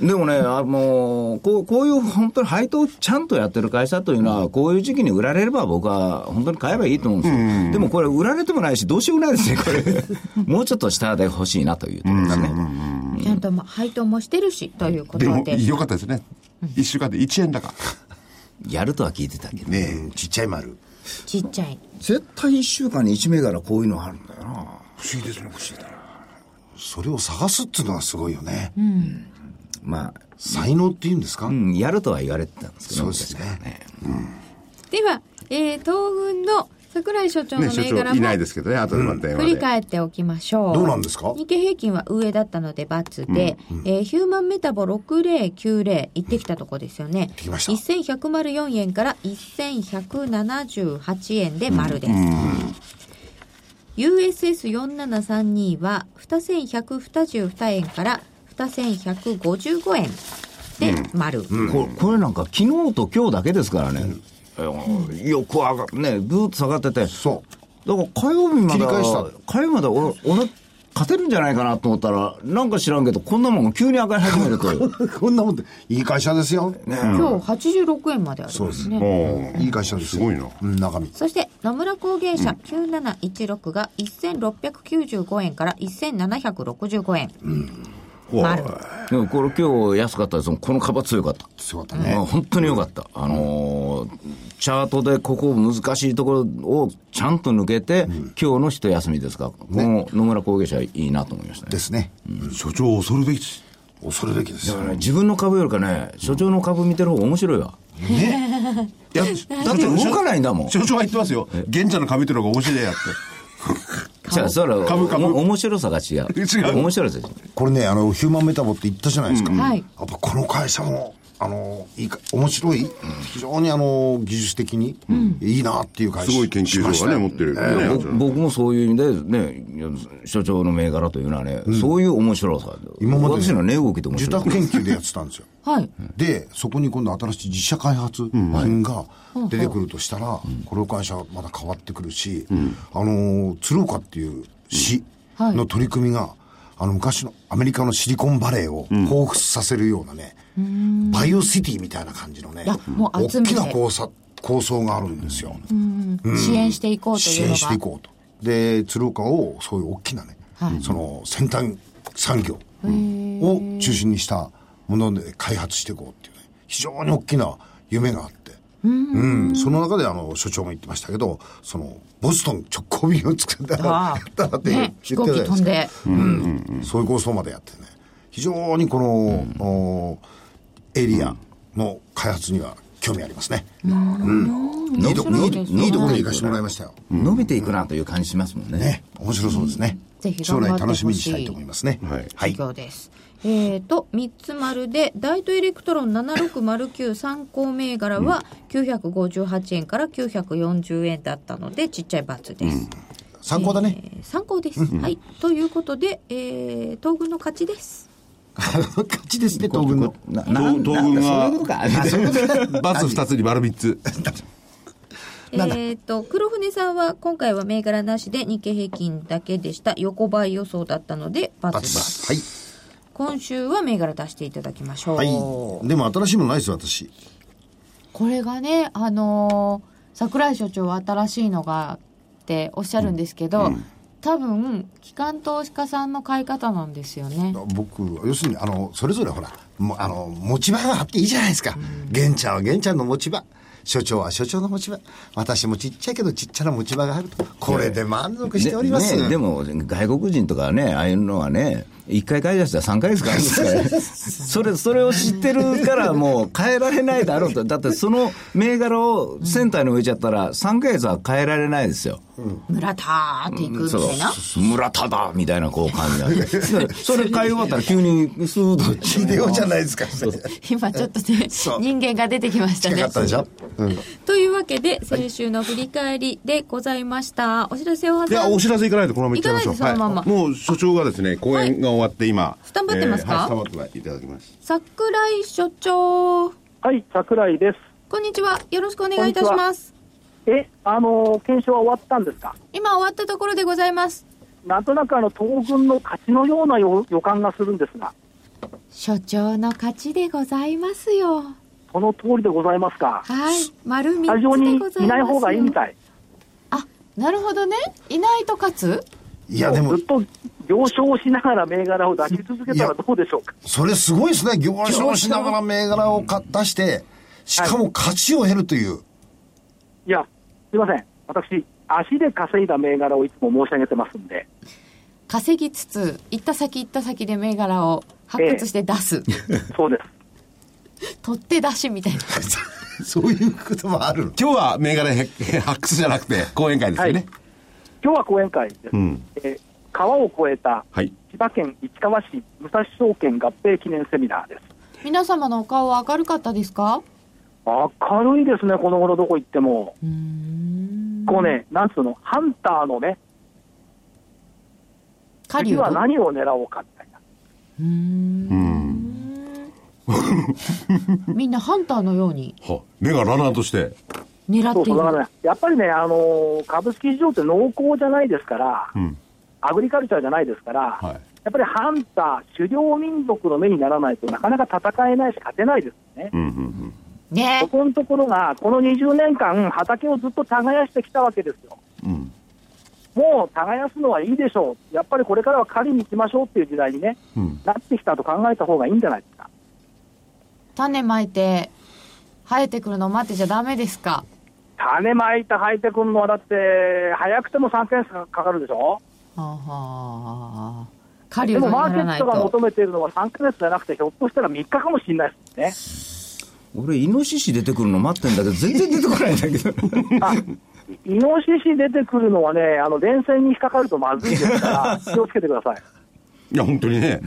Speaker 5: でもね、あの、こう、こういう本当に配当をちゃんとやってる会社というのは、こういう時期に売られれば僕は本当に買えばいいと思うんですよ。でもこれ売られてもないし、どうしようもないですね、これ。 (laughs) もうちょっと下で欲しいなというところですね。
Speaker 4: ちゃんとまあ配当もしてるし、というこ
Speaker 7: で
Speaker 4: と
Speaker 7: も、
Speaker 4: で。
Speaker 7: よかったですね。一週間で1円だか。
Speaker 5: やるとは聞いてたけど。
Speaker 6: ねえちっちゃい丸
Speaker 4: ちっちゃい。
Speaker 5: 絶対1週間に1銘柄こういうのあるんだよな。
Speaker 6: 不思議ですね不思議だなそれを探すっていうのはすごいよね
Speaker 5: まあ、
Speaker 6: 才能っていうんですか
Speaker 5: うん、やるとは言われてたんですけど
Speaker 6: そうですね
Speaker 4: では、えー、東軍の桜井所長の
Speaker 7: ね、所
Speaker 4: 銘柄
Speaker 7: 長い
Speaker 4: も、
Speaker 7: ないですけどね、後でまた電話
Speaker 4: 振
Speaker 7: で。
Speaker 4: り返っておきましょう。
Speaker 6: どうなんですか
Speaker 4: 日経平均は上だったので×で、えーヒューマンメタボ6090行ってきたとこですよね。
Speaker 6: きました
Speaker 4: 1104円から1178円で丸です。 USS4732 は2122円から2155円で丸、
Speaker 5: ここれなんか昨日と今日だけですからね、うんよく上がねずーっと下がっててそうだから火曜日まで
Speaker 6: 切り返した
Speaker 5: 火曜日まで俺俺勝てるんじゃないかなと思ったらなんか知らんけどこんなもん急に上がり始めると (laughs) いう
Speaker 6: こんなもんって、いい会社ですよ。
Speaker 4: 今日86円までありますね
Speaker 7: お
Speaker 6: いい会社ですよ。
Speaker 7: すごいな
Speaker 6: うん、中身。
Speaker 4: そして野村工芸社9716が1695円から1765円、丸
Speaker 5: でもこれ今日安かったですもんこの幅強かった
Speaker 6: 強かったね
Speaker 5: うん本当に良かった、あのーチャートでここ難しいところをちゃんと抜けて、今日の一休みですか、この野村工芸者いいなと思いましたね
Speaker 6: ですね。
Speaker 7: 所長恐るべきです
Speaker 6: 恐るべきですよ。
Speaker 5: 自分の株よりかね所長の株見てる方が面白いわ
Speaker 7: いや
Speaker 5: だって動かないんだもん
Speaker 7: 所長は言ってますよ玄ちゃんの株ってのが面白いやって
Speaker 5: じゃあそれは
Speaker 7: 株株
Speaker 5: お面白さが違う
Speaker 7: 違う
Speaker 5: 面白さが違う
Speaker 6: これね、あの、ヒューマンメタボって言ったじゃないですか。
Speaker 4: はい
Speaker 6: やっぱこの会社も、あの、いいか、面白い、非常にあの、技術的に、いいなっていう会社。
Speaker 7: すごい研究所がね持ってるよ
Speaker 5: 僕
Speaker 7: ね
Speaker 5: 僕もそういう意味でね所長の銘柄というのはね、そういう面白さ
Speaker 6: 今まで
Speaker 5: 私の値動きで面
Speaker 6: 受
Speaker 5: 白い
Speaker 6: 託研究でやってたんですよ。
Speaker 4: はい
Speaker 6: で、そこに今度新しい実社開発品が出てくるとしたら、この会社はまだ変わってくるし、あのー、鶴岡っていう市の取り組みが、あの、昔のアメリカのシリコンバレーを彷彿させるようなね、バイオシティみたいな感じのね
Speaker 4: いや、もう
Speaker 6: 大
Speaker 4: 集めて
Speaker 6: きな構想構想があるんですよ。
Speaker 4: 支援していこうと
Speaker 6: 支
Speaker 4: いうの
Speaker 6: 援
Speaker 4: が
Speaker 6: していこうと。で、鶴岡をそういう大きなね、
Speaker 4: はい
Speaker 6: その先端産業を中心にしたもので開発していこうっていうね、非常に大きな夢があって、うん、その中であの、所長も言ってましたけど、その、ボストン直行便を作ったら、
Speaker 4: ああ
Speaker 6: やったらって言っ
Speaker 4: ね飛
Speaker 6: て、たじゃ
Speaker 4: 行
Speaker 6: ない
Speaker 4: 機
Speaker 6: ですか
Speaker 4: 飛んで、
Speaker 6: そういう構想までやってね、非常にこの、おエリアの開発には興味ありますね。
Speaker 5: 伸
Speaker 6: いいとこ、いい
Speaker 4: です
Speaker 6: いいところに行かせてもらいましたよ。
Speaker 5: 伸びていくなという感じしますもんね
Speaker 6: ね、面白そうですね。
Speaker 4: ぜひ
Speaker 6: 将
Speaker 4: 頑張っ
Speaker 6: 来
Speaker 4: てほ
Speaker 6: 楽
Speaker 4: しい
Speaker 6: しみにしたいと思いますね。
Speaker 7: はい
Speaker 6: はい。
Speaker 4: 企業です。えー、と、三つ丸で、大東エレクトロン7609参考銘柄は958円から940円だったので、ちっちゃいバツです。
Speaker 6: 参考だね。
Speaker 4: えー参考です。はい。ということで、えー、東軍の勝ちです。
Speaker 6: 勝ちですね、東軍の。
Speaker 5: なな
Speaker 7: 東東軍
Speaker 5: なんだそういうこと
Speaker 7: が
Speaker 5: かそういうことか
Speaker 7: (laughs) バス2つに丸3つ
Speaker 4: えー、と、黒船さんは今回は銘柄なしで日経平均だけでした。横ばい予想だったので、バツバ
Speaker 6: バ
Speaker 4: ツ。
Speaker 6: ツ。はい。
Speaker 4: 今週は銘柄出していただきましょう。
Speaker 6: はい。でも新しいものないですよ、私。
Speaker 8: これがね、あのー桜井所長は新しいのがっておっしゃるんですけど、多分機関投資家さんの買い方なんですよね。
Speaker 6: 僕、要するに、あの、それぞれほら、もあの、持ち場があっていいじゃないですか。玄ちゃんは玄ちゃんの持ち場。所長は所長の持ち場。私もちっちゃいけどちっちゃな持ち場があると。これで満足しております。
Speaker 5: ねねでも外国人とかねああいうのはね1回買い出したら3回ですから
Speaker 6: (laughs)
Speaker 5: ねそれそれを知ってるからもう変えられないだろうとだってその銘柄をセンターに置いちゃったら3ヶ月は変えられないですよ、
Speaker 4: 村田ーっていくみ
Speaker 5: そ
Speaker 4: たいな。
Speaker 5: う村田だみたいなこう感じにな
Speaker 6: (laughs)
Speaker 5: ってそれ買い終わったら急にスーッと
Speaker 6: 聞いてようじゃないですか。
Speaker 8: (laughs) 今ちょっとね、
Speaker 6: そう
Speaker 8: 人間が出てきました
Speaker 6: 近
Speaker 8: ね
Speaker 6: かっ。たでしょうん。
Speaker 4: というわけで先週の振り返りでございました、お知らせを挟ん
Speaker 7: い
Speaker 4: で
Speaker 7: や、お知らせ行かないとこのまま行っちゃいましょう。
Speaker 4: 行かないでそのまま
Speaker 7: はいもう所長がですね、講演が終わって今。
Speaker 4: スタンバってますか
Speaker 7: えーはい、スタンバってはいただきます。
Speaker 4: 桜井所長
Speaker 9: はい、桜井です。
Speaker 4: こんにちはよろしくお願いいたします
Speaker 9: え、あのー検証は終わったんですか
Speaker 4: 今終わったところでございます
Speaker 9: なんとなくあの、東軍の勝ちのようなよ予感がするんですが、
Speaker 8: 所長の勝ちでございますよ。
Speaker 9: その通りでございますか。
Speaker 8: はい、丸三つ
Speaker 9: 会場に
Speaker 8: でございますよ。
Speaker 9: いない方がいいみたい。
Speaker 8: あ、なるほどね。いないと勝つ。
Speaker 6: いや、でも
Speaker 9: ずっ、と行商をしながら銘柄を出し続けたらどうでしょうか。
Speaker 6: それすごいですね。行商しながら銘柄をか出して、しかも価値を得るという。
Speaker 9: いや、すいません。私、足で稼いだ銘柄をいつも申し上げてますんで、
Speaker 8: 稼ぎつつ、行った先行った先で銘柄を発掘して出す。
Speaker 9: そうです。
Speaker 8: 取って出しみたいな。
Speaker 6: そういうこともあるの。
Speaker 7: 今日は銘柄へ (laughs) 発掘じゃなくて、講演会ですよね。
Speaker 9: 今日は講演会です。
Speaker 7: うん
Speaker 9: えー川を越えた
Speaker 7: はい。
Speaker 9: 千葉県市川市武蔵証券合併記念セミナーです。
Speaker 8: 皆様のお顔は明るかったですか
Speaker 9: 明るいですね、この頃どこ行っても。こうね、なんつうの、ハンターのね、
Speaker 8: 狩
Speaker 9: 次
Speaker 8: 人
Speaker 9: は何を狙おうかみたいな。
Speaker 8: みんなハンターのように
Speaker 7: は目がランナーとして。
Speaker 8: 狙
Speaker 9: そ
Speaker 8: っ
Speaker 9: う
Speaker 8: てい
Speaker 9: そう、だから
Speaker 8: る
Speaker 9: ね、やっぱりね、あのー株式市場って濃厚じゃないですから、
Speaker 7: ん
Speaker 9: アグリカルチャーじゃないですから、
Speaker 7: はい
Speaker 9: やっぱりハンター、狩猟民族の目にならないとなかなか戦えないし、勝てないですよね。
Speaker 7: うんうんうん。
Speaker 8: ね
Speaker 9: そこのところが、この20年間、畑をずっと耕してきたわけですよ。
Speaker 7: うん
Speaker 9: もう耕すのはいいでしょう、やっぱりこれからは狩りに行きましょうっていう時代にね、
Speaker 7: うん
Speaker 9: なってきたと考えた方がいいんじゃないですか。
Speaker 8: 種まいて生えてくるの待ってちゃダメですか
Speaker 9: 種まいて生えてくるのは、だって、早くても3ヶ月かかるでしょ。
Speaker 8: はあはあ狩
Speaker 9: でも
Speaker 8: 人に
Speaker 9: マー
Speaker 8: な
Speaker 9: ケ
Speaker 8: ら
Speaker 9: ッ
Speaker 8: ない
Speaker 9: トが
Speaker 8: と
Speaker 9: 求めているのは3ヶ月じゃなくて、ひょっとしたら3日かもしれないです
Speaker 5: 俺、イノシシ出てくるの待ってんだけど、全然出てこないんだけど。
Speaker 9: ね。あイノシシ出てくるのはね、あの電線に引っかかるとまずいです
Speaker 8: (laughs)
Speaker 9: から、気をつけてください。
Speaker 7: いや、本当にね、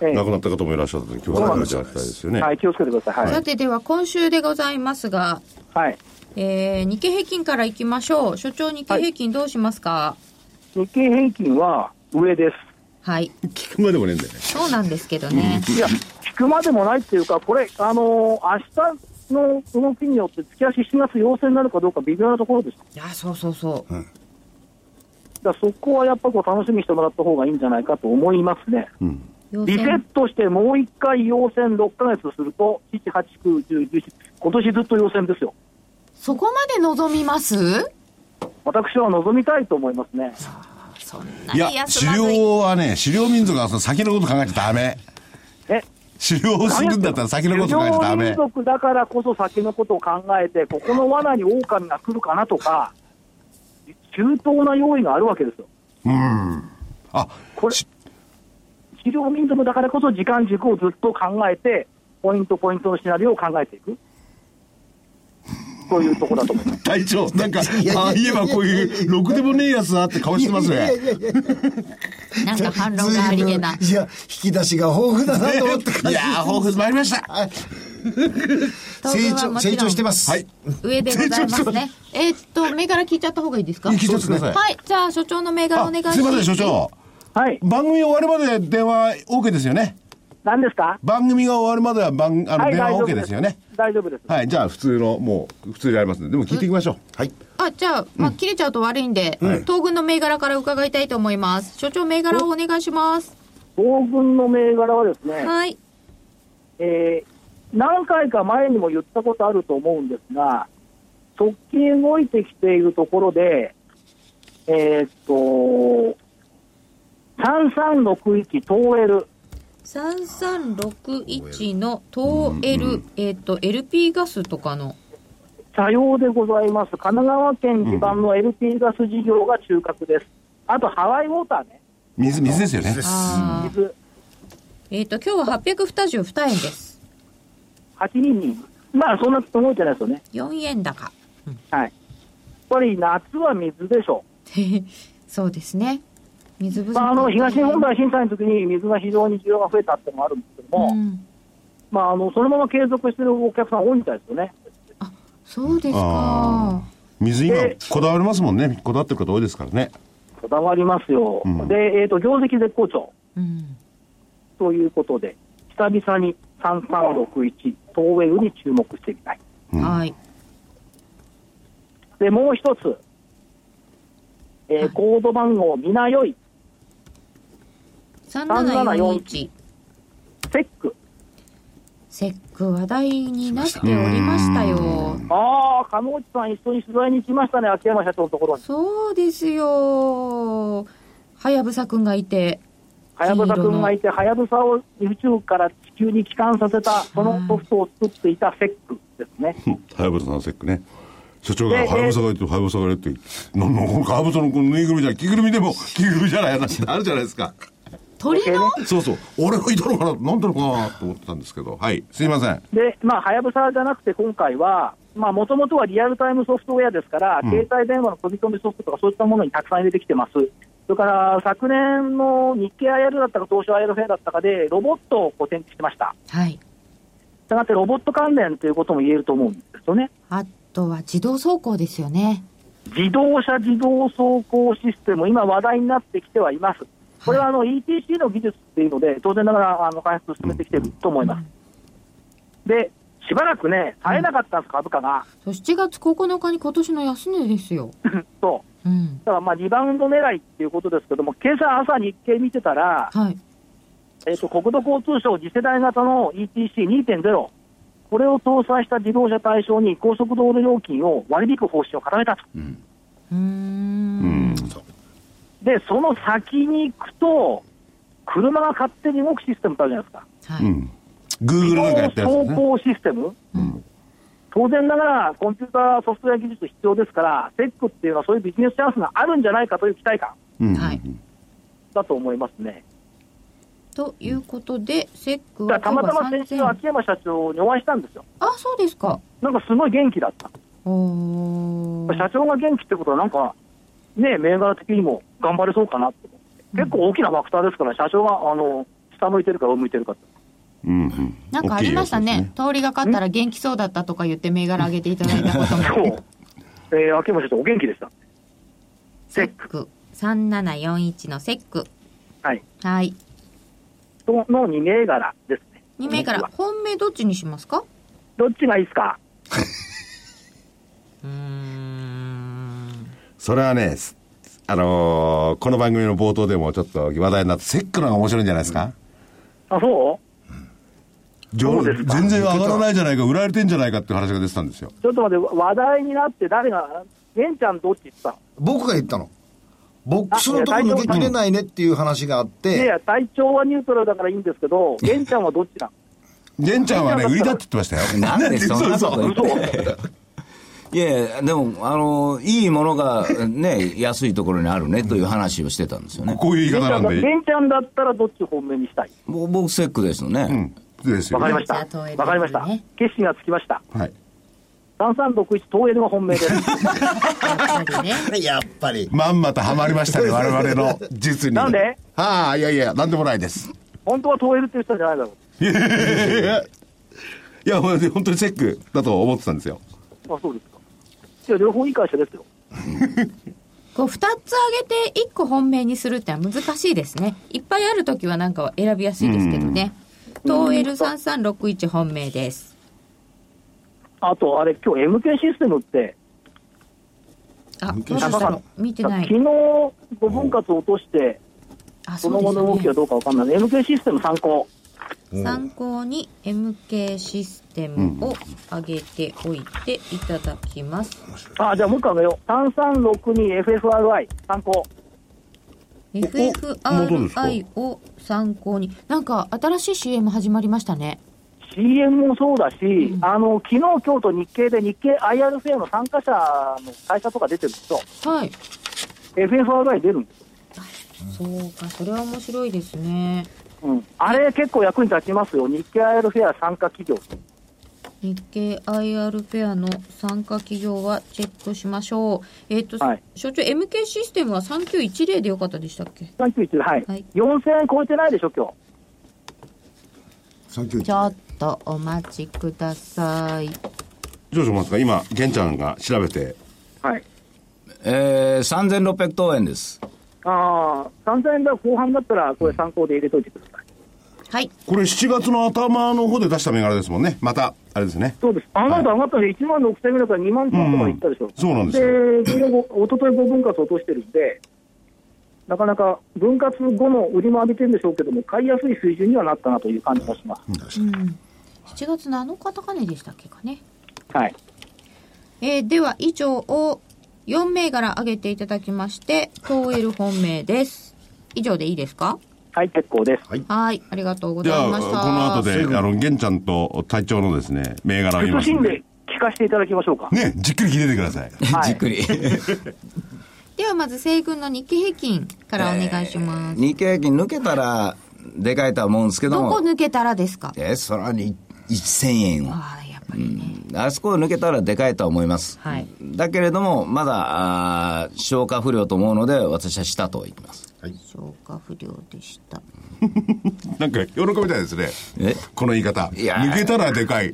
Speaker 9: ええ
Speaker 7: 亡くなった方もいらっしゃったので、気をつけていただきたいですよね。
Speaker 9: はい、気をつけてください。は
Speaker 4: さ
Speaker 9: い。
Speaker 4: てでは今週でございますが、
Speaker 9: はい、
Speaker 4: えー日経平均からいきましょう所長日経平均どうしますか
Speaker 9: 日経平均は上で
Speaker 4: はい、
Speaker 7: 聞くまでもねえんだよね。
Speaker 4: そうなんですけどね、
Speaker 9: す。いや、引くまでもないっていうか、これ、あのー明日の動きによって、月足7月陽性になるかどうか微妙なところです。
Speaker 4: いやそうそうそう、
Speaker 9: だからそこはやっぱこう楽しみにしてもらった方がいいんじゃないかと思いますね。
Speaker 4: 要
Speaker 9: リセットしてもう一回陽線6ヶ月すると、7、8、9、10、11、今年ずっと陽線ですよ。
Speaker 8: そこまで望みます
Speaker 9: 私は望みたいと思いますね。
Speaker 4: そんない
Speaker 7: や
Speaker 4: に、休
Speaker 7: 狩
Speaker 4: まずい
Speaker 7: 猟はね、狩猟民族はその先のこと考えちゃダメ。
Speaker 9: え
Speaker 7: 狩猟をするんだったら先のこと考えちゃダ
Speaker 9: 狩猟
Speaker 7: メ
Speaker 9: 民。族だからこそ先のことを考えて、ここの罠に狼が来るかなとか、周到な用意があるわけですよ。
Speaker 7: うん。あ、
Speaker 9: これ、
Speaker 7: し
Speaker 9: 狩猟民族だからこそ時間軸をずっと考えて、ポイントポイントのシナリオを考えていく。そういうとこだと思います。
Speaker 7: 隊長、なんか、ああ言えばこういう、ろくでもねえやつだって顔してますね。
Speaker 4: なんか反論がありげない
Speaker 6: や、引き出しが豊富だなと思って
Speaker 7: いやー、豊富参りました。
Speaker 6: 成
Speaker 4: 東京は
Speaker 6: 長、
Speaker 4: もちろ
Speaker 6: 成
Speaker 4: ん
Speaker 6: 長してます。
Speaker 7: はい。
Speaker 4: 上でございますね
Speaker 8: えーっと銘柄聞いちゃった方がいいですか
Speaker 7: 聞いちゃってください。
Speaker 4: はいじゃあ所長の銘柄お
Speaker 7: あ
Speaker 4: 願いします
Speaker 7: すいません、所長。
Speaker 9: はい。
Speaker 7: 番組終わるまで電話 OK ですよね。
Speaker 9: 何ですか
Speaker 7: 番組が終わるまでは番、あ
Speaker 9: は
Speaker 7: の、
Speaker 9: い
Speaker 7: 電
Speaker 9: 大丈
Speaker 7: 話
Speaker 9: 夫
Speaker 7: OK ですよね。
Speaker 9: 大丈夫です。
Speaker 7: はい、じゃあ普通の、もう、普通でありますんで、でも聞いていきましょう。はい。
Speaker 4: あじゃあ、まあ、切れちゃうと悪いんで、東軍の銘柄から伺いたいと思います所長銘柄をお願いします
Speaker 9: 東軍の銘柄はですね、
Speaker 4: はい
Speaker 9: えー何回か前にも言ったことあると思うんですが、直近動いてきているところで、えーっと、3361東エル、
Speaker 4: 3361の東 L、えっ、と LP ガスとかの
Speaker 9: さようでございます。神奈川県地盤の LP ガス事業が中核です。あと、ハワイウォーターね、
Speaker 7: 水、水ですよね。
Speaker 4: あー
Speaker 9: 水
Speaker 4: えっ、と今日は822円です
Speaker 9: 822。まあ、そんな動いてないですよね。
Speaker 4: 4円高
Speaker 9: はい。やっぱり夏は水でしょう。
Speaker 4: そうですね水不足、
Speaker 9: まあ、あの東日本大震災の時に水が非常に需要が増えたってのもあるんですけども、
Speaker 4: うん
Speaker 9: まあ、あのそのまま継続してるお客さん多いみたいですよね。
Speaker 4: そうです
Speaker 7: あ
Speaker 4: か
Speaker 7: 水今
Speaker 9: で、
Speaker 7: こだわりますもんね。こだわってる方多いですからね。
Speaker 9: こだわりますよ。
Speaker 7: うん
Speaker 9: で、えっ、と、業績絶好調
Speaker 4: うん
Speaker 9: ということで、久々に3361、東ウェブに注目してみたい。
Speaker 7: うん
Speaker 4: はい
Speaker 9: で、もう一つ、えーコード番号、みなよい、
Speaker 4: 3741
Speaker 9: セック。
Speaker 4: セック話題になっておりましたよ
Speaker 9: ああ、鴨内さん一緒に取材に来ましたね、秋山社長のところに。
Speaker 4: そうですよはやぶさくんがいて
Speaker 9: はやぶさ君がいて、はやぶさを宇宙から地球に帰還させた、そのソフトを作っていたセックですね。
Speaker 7: はやぶさのセックね。所長が、
Speaker 9: で
Speaker 7: はやぶさがいると、はやぶさがいるって、なんなんこのはやぶさのこのぬいぐるみじゃない、着ぐるみでも、着ぐるみじゃない話ってあるじゃないですか。
Speaker 8: 鳥の
Speaker 7: そうそう。俺がいたのかな、なんだろうかなと思ってたんですけど。はい。すいません。
Speaker 9: で、まあ、はやぶさじゃなくて今回は、まあ、もともとはリアルタイムソフトウェアですから、携帯電話の飛び込みソフトとかそういったものにたくさん入れてきてます。それから、昨年の日経 IR だったか、東証 IR フェアだったかで、ロボットをこう展示してました。
Speaker 4: はい
Speaker 9: したがって、ロボット関連ということも言えると思うんですよね。
Speaker 8: あとは自動走行ですよね
Speaker 9: 自動車自動走行システム、今話題になってきてはいます。これはあの ETC の技術っていうので、当然ながらあの開発を進めてきてると思います。で、しばらくね、冴えなかったんです、株価が。
Speaker 4: そう7月9日に今年の安値ですよ。
Speaker 9: (laughs) そう
Speaker 4: うん。
Speaker 9: だからまあリバウンド狙いっていうことですけども、今朝朝日経見てたら、
Speaker 4: はい。
Speaker 9: えっと国土交通省次世代型の ETC2.0、これを搭載した自動車対象に高速道路料金を割り引く方針を固めたと。
Speaker 4: うーん。
Speaker 7: うん。
Speaker 9: で、その先に行くと、車が勝手に動くシステムってあるじゃないですか。
Speaker 4: は
Speaker 7: う
Speaker 4: い。
Speaker 7: ん。Google なんかやってるやつ
Speaker 9: 走
Speaker 7: だね。
Speaker 9: 行システム、
Speaker 7: ん
Speaker 9: 当然ながら、コンピューターソフトウェア技術必要ですから、テックっていうのはそういうビジネスチャンスがあるんじゃないかという期待感
Speaker 7: うん
Speaker 4: はい
Speaker 9: だと思いますね。
Speaker 4: ということで、セック
Speaker 9: だか
Speaker 4: は
Speaker 9: らたまたま
Speaker 4: 今
Speaker 9: 先
Speaker 4: 日
Speaker 9: 週、
Speaker 4: は
Speaker 9: 秋山社長にお会いしたんですよ。
Speaker 4: あ、そうですか。
Speaker 9: なんかすごい元気だった。
Speaker 4: おー
Speaker 9: 社長が元気ってことは、なんか、ね、銘柄的にも頑張れそうかなって思って、結構大きなファクターですから、社長があの下向いてるか上向いてるかって
Speaker 7: うんうん。
Speaker 4: なんかありましたね通りがかったら元気そうだったとか言って銘柄上げていただいたことも。
Speaker 9: そう、えー、秋山社長、お元気でした。
Speaker 4: セック。3741のセック。
Speaker 9: はい。
Speaker 4: はい。
Speaker 9: その2銘柄ですね。
Speaker 4: 2名から、本命どっちにしますか
Speaker 9: どっちがいいですか
Speaker 4: うーん。
Speaker 7: それはね、すあのーこの番組の冒頭でもちょっと話題になったセックの方が面白いんじゃないですか、
Speaker 9: あ、そう
Speaker 7: じゃあ
Speaker 9: そうですか
Speaker 7: 全然上がらないじゃないか、売られてんじゃないかっていう話が出てたんですよ。
Speaker 9: ちょっと待って、話題になって、誰が、玄ちゃんどっちって言って
Speaker 6: 僕が言ったの。ボックスのとこ抜けきれないねっていう話があった
Speaker 9: のいやい
Speaker 6: て、
Speaker 9: や、体調はニュートラルだからいいんですけど、玄ちゃんはどっちな
Speaker 7: 玄ちゃんはね、売りだって言ってましたよ。
Speaker 5: なんでそんなこと言っ
Speaker 9: の嘘
Speaker 5: て。いやいや、でも、あの、いいものがね、安いところにあるねという話をしてたんですよね。
Speaker 7: こういう言い方なんで。
Speaker 9: 玄ちゃんだったらどっち本命にしたい
Speaker 5: ぼ僕、セックですよ
Speaker 7: う
Speaker 5: ね
Speaker 7: ん。。ですよ
Speaker 9: わか
Speaker 7: ね
Speaker 9: りました。
Speaker 4: じゃあ東映ですね
Speaker 9: わかりました。決心がつきました。
Speaker 7: はい。
Speaker 9: 3361東映が本命です。
Speaker 4: やっぱりね。
Speaker 6: やっぱり。
Speaker 7: まんまとハマりましたね、我々の術に。
Speaker 9: なんで
Speaker 7: はあ、いやいや、なんでもないです。
Speaker 9: 本当は東映って言ったんじゃないだろ
Speaker 7: いや、本当にセックだと思ってたんですよ。
Speaker 9: う。あ、そうですか。いや、両方いい会社ですよ。
Speaker 4: こう2つ上げて1個本命にするってのは難しいですねいっぱいある時はなんかは選びやすいですけどね東 L3361 本命です
Speaker 9: あと、あれ、今日 MK システムって、
Speaker 4: あ
Speaker 6: 本当
Speaker 4: もし
Speaker 6: に
Speaker 4: かしたら見てな
Speaker 9: 昨日
Speaker 4: い
Speaker 9: 5分割落として、
Speaker 4: あ
Speaker 9: そ
Speaker 4: そ
Speaker 9: の後の
Speaker 4: う
Speaker 9: 動
Speaker 4: で
Speaker 9: きは
Speaker 4: す
Speaker 9: どうかわかんない。MK システム参考。
Speaker 4: ね参考に MK システムを上げておいていただきます、
Speaker 9: あ、じゃあもう一回上げよう。3362FFRI 参考。
Speaker 4: FFRI を参考になんか新しい CM 始まりましたね
Speaker 9: CM もそうだし、あの昨日今日と日経で日経 IR フェアの参加者の会社とか出てるんですよ、
Speaker 4: はい
Speaker 9: FFRI 出るんですよ、
Speaker 4: そうかそれは面白いですね
Speaker 9: うん、あれ結構役に立ちますよ、日経 IR フェア参加企業、
Speaker 4: 日経 IR フェアの参加企業はチェックしましょう。えっ、と、
Speaker 9: はい
Speaker 4: 所長、MK システムは3910でよかったでしたっけ
Speaker 9: 391、はい、
Speaker 4: はい
Speaker 9: 4000円超えてないでしょ、今日
Speaker 6: サンキュー
Speaker 4: ちょっとお待ちください。
Speaker 7: どうしますか今、玄ちゃんが調べて。
Speaker 9: はい、
Speaker 5: えー、3600等円です。
Speaker 9: ああ、3000円台後半だったら、これ、参考で入れといてください。
Speaker 4: はい。
Speaker 7: これ7月の頭の方で出した銘柄ですもんね。また、あれですね。
Speaker 9: そうです。あなた上がったんで、1万6000円ぐらいから2万ちょっとまでいったでしょ。
Speaker 7: うんそうなんですよ
Speaker 9: で、昨日ご、おととい5分割落としてるんで、なかなか分割後の売りも上げてるんでしょうけども、買いやすい水準にはなったなという感じがします。
Speaker 4: 7月7日高値でしたっけかね。
Speaker 9: はい。
Speaker 4: えーでは、以上を4銘柄上げていただきまして、東エル本命です。以上でいいですか
Speaker 9: はい、結構です。
Speaker 4: はい。ありがとうご
Speaker 7: じ
Speaker 4: ざ
Speaker 7: ゃ
Speaker 4: い
Speaker 7: あ、
Speaker 4: ま
Speaker 7: こ
Speaker 4: した。
Speaker 7: の後で、あの、玄ちゃんと隊長のですね、銘柄を言いま
Speaker 9: 苦
Speaker 7: す
Speaker 9: し
Speaker 7: ん
Speaker 9: ん
Speaker 7: で
Speaker 9: で。聞かせていただきましょうか。
Speaker 7: ね、じっくり聞いててください。
Speaker 9: はい
Speaker 5: じっ (laughs) くり。
Speaker 4: では、まず西軍の日経平均からお願いします。
Speaker 5: 日経平均抜けたら、でかいとは思うんですけど
Speaker 4: ど
Speaker 5: も。
Speaker 4: こ抜けたらですか
Speaker 5: えー、そらに1000円を。
Speaker 4: ああ、やっぱりね。
Speaker 5: あそこを抜けたらでかいとは思います。
Speaker 4: はい
Speaker 5: だけれども、まだ、あー消化不良と思うので、私は下と言います。
Speaker 4: 消化不良でした。
Speaker 7: なんか喜びたいですね
Speaker 5: え
Speaker 7: この言い方
Speaker 5: いや
Speaker 7: 抜けたらでかい、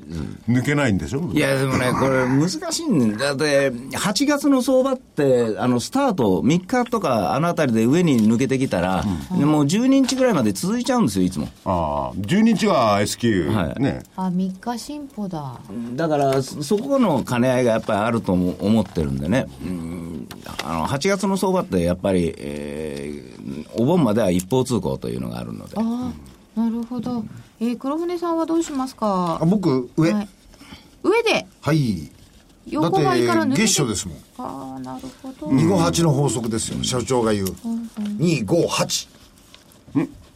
Speaker 7: 抜けないんでしょ
Speaker 5: いや、でもね、これ難しいんだ。だって、8月の相場って、あの、スタート3日とか、あのあたりで上に抜けてきたら、もう12日ぐらいまで続いちゃうんですよ、いつも。
Speaker 7: ああ12日が S q
Speaker 5: はい
Speaker 7: ね
Speaker 8: あ3日進歩だ
Speaker 5: だから、そそこの兼ね合いがやっぱりあると思思ってるんでね、うんあの8月の相場ってやっぱり、えーお盆までは一方通行というのがあるので、
Speaker 8: ああなるほど、えー黒船さんはどうしますか
Speaker 6: あ僕、上。
Speaker 8: は
Speaker 6: はいい。、
Speaker 8: 上で
Speaker 6: だっ
Speaker 8: 横ばいから抜け
Speaker 6: て、
Speaker 8: て
Speaker 6: 月初ですもん。
Speaker 8: ああなるほど、
Speaker 6: 258の法則ですよ、社長が言う。258。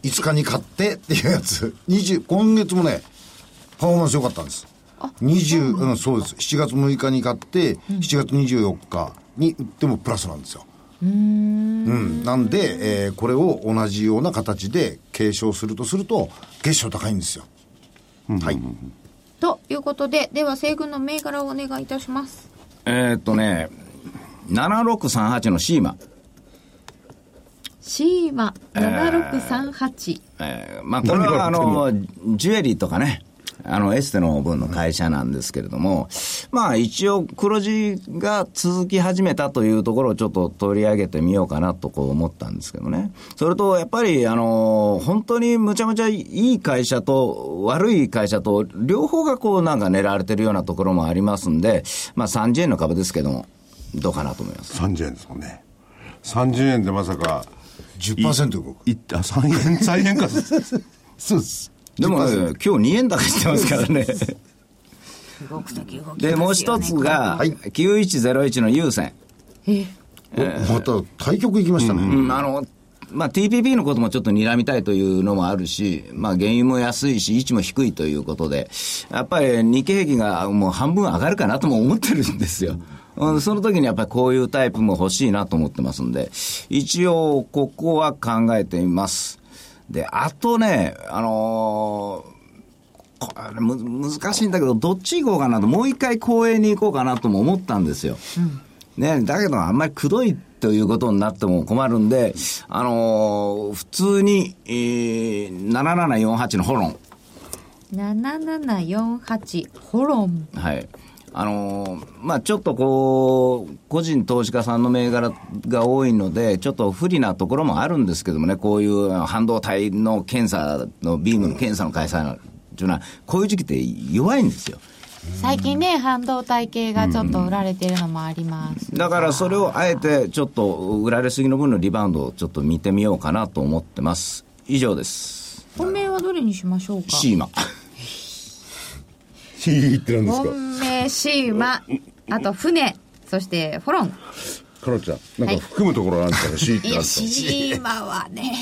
Speaker 6: 5日に買ってっていうやつ。20、今月もね、パフォーマンス良かったんです。20、うん、そうです。7月6日に買って、7月24日に売ってもプラスなんですよ。うんなんで、えーこれを同じような形で継承するとすると、月初高いんですよ。はい。
Speaker 4: ということで、では西軍の銘柄をお願いいたします。
Speaker 5: えーっとね、7638のシーマ、
Speaker 4: シーマ7638。
Speaker 5: えーまあ、これはあのジュエリーとかね、あのエステの分の会社なんですけれども、まあ、一応、黒字が続き始めたというところをちょっと取り上げてみようかなとこう思ったんですけどね、それとやっぱりあの、本当にむちゃむちゃいい会社と悪い会社と、両方がこうなんか狙われてるようなところもありますんで、まあ、30円の株ですけども、どうかなと思います。
Speaker 7: 30円ですもんね30円でまさか
Speaker 6: 10%動く。
Speaker 7: いった3円再 (laughs) 円かそうです
Speaker 5: でも、ね、今日2円高してますからね。
Speaker 1: 動くとき動き
Speaker 5: で、もう一つが、9101の優先。
Speaker 6: おまた対局行きましたね。
Speaker 5: うん、あの、まあ、TPP のこともちょっと睨みたいというのもあるし、まあ、原油も安いし、位置も低いということで、やっぱり日経平均がもう半分上がるかなとも思ってるんですよ。うんその時にやっぱりこういうタイプも欲しいなと思ってますんで、一応、ここは考えています。で、あとね、あのーこれむ難しいんだけど、どっち行こうかなと、もう一回公園に行こうかなとも思ったんですよ。ね、だけど、あんまりくどいということになっても困るんで、あのー普通に、えー、7748のホロン。
Speaker 4: 7748ホロン。
Speaker 5: はい。あのーまあ、ちょっとこう、個人投資家さんの銘柄が多いので、ちょっと不利なところもあるんですけどもね、こういうあの半導体の検査の、ビームの検査の開催というのは、こういう時期って弱いんですよ。
Speaker 8: 最近ね半導体系がちょっと売られてるのもあります、
Speaker 5: だからそれをあえて、ちょっと売られすぎの分のリバウンドをちょっと見てみようかなと思ってます。以上です。
Speaker 8: 本命はどれにしましょうか
Speaker 5: シーマ。
Speaker 7: ひーってなんですか
Speaker 4: 本命シーマ、あと船、そしてホロン。
Speaker 7: カロちゃんなんか含むところあるからひーって
Speaker 8: い
Speaker 7: ある
Speaker 8: や
Speaker 7: と
Speaker 8: シーマはね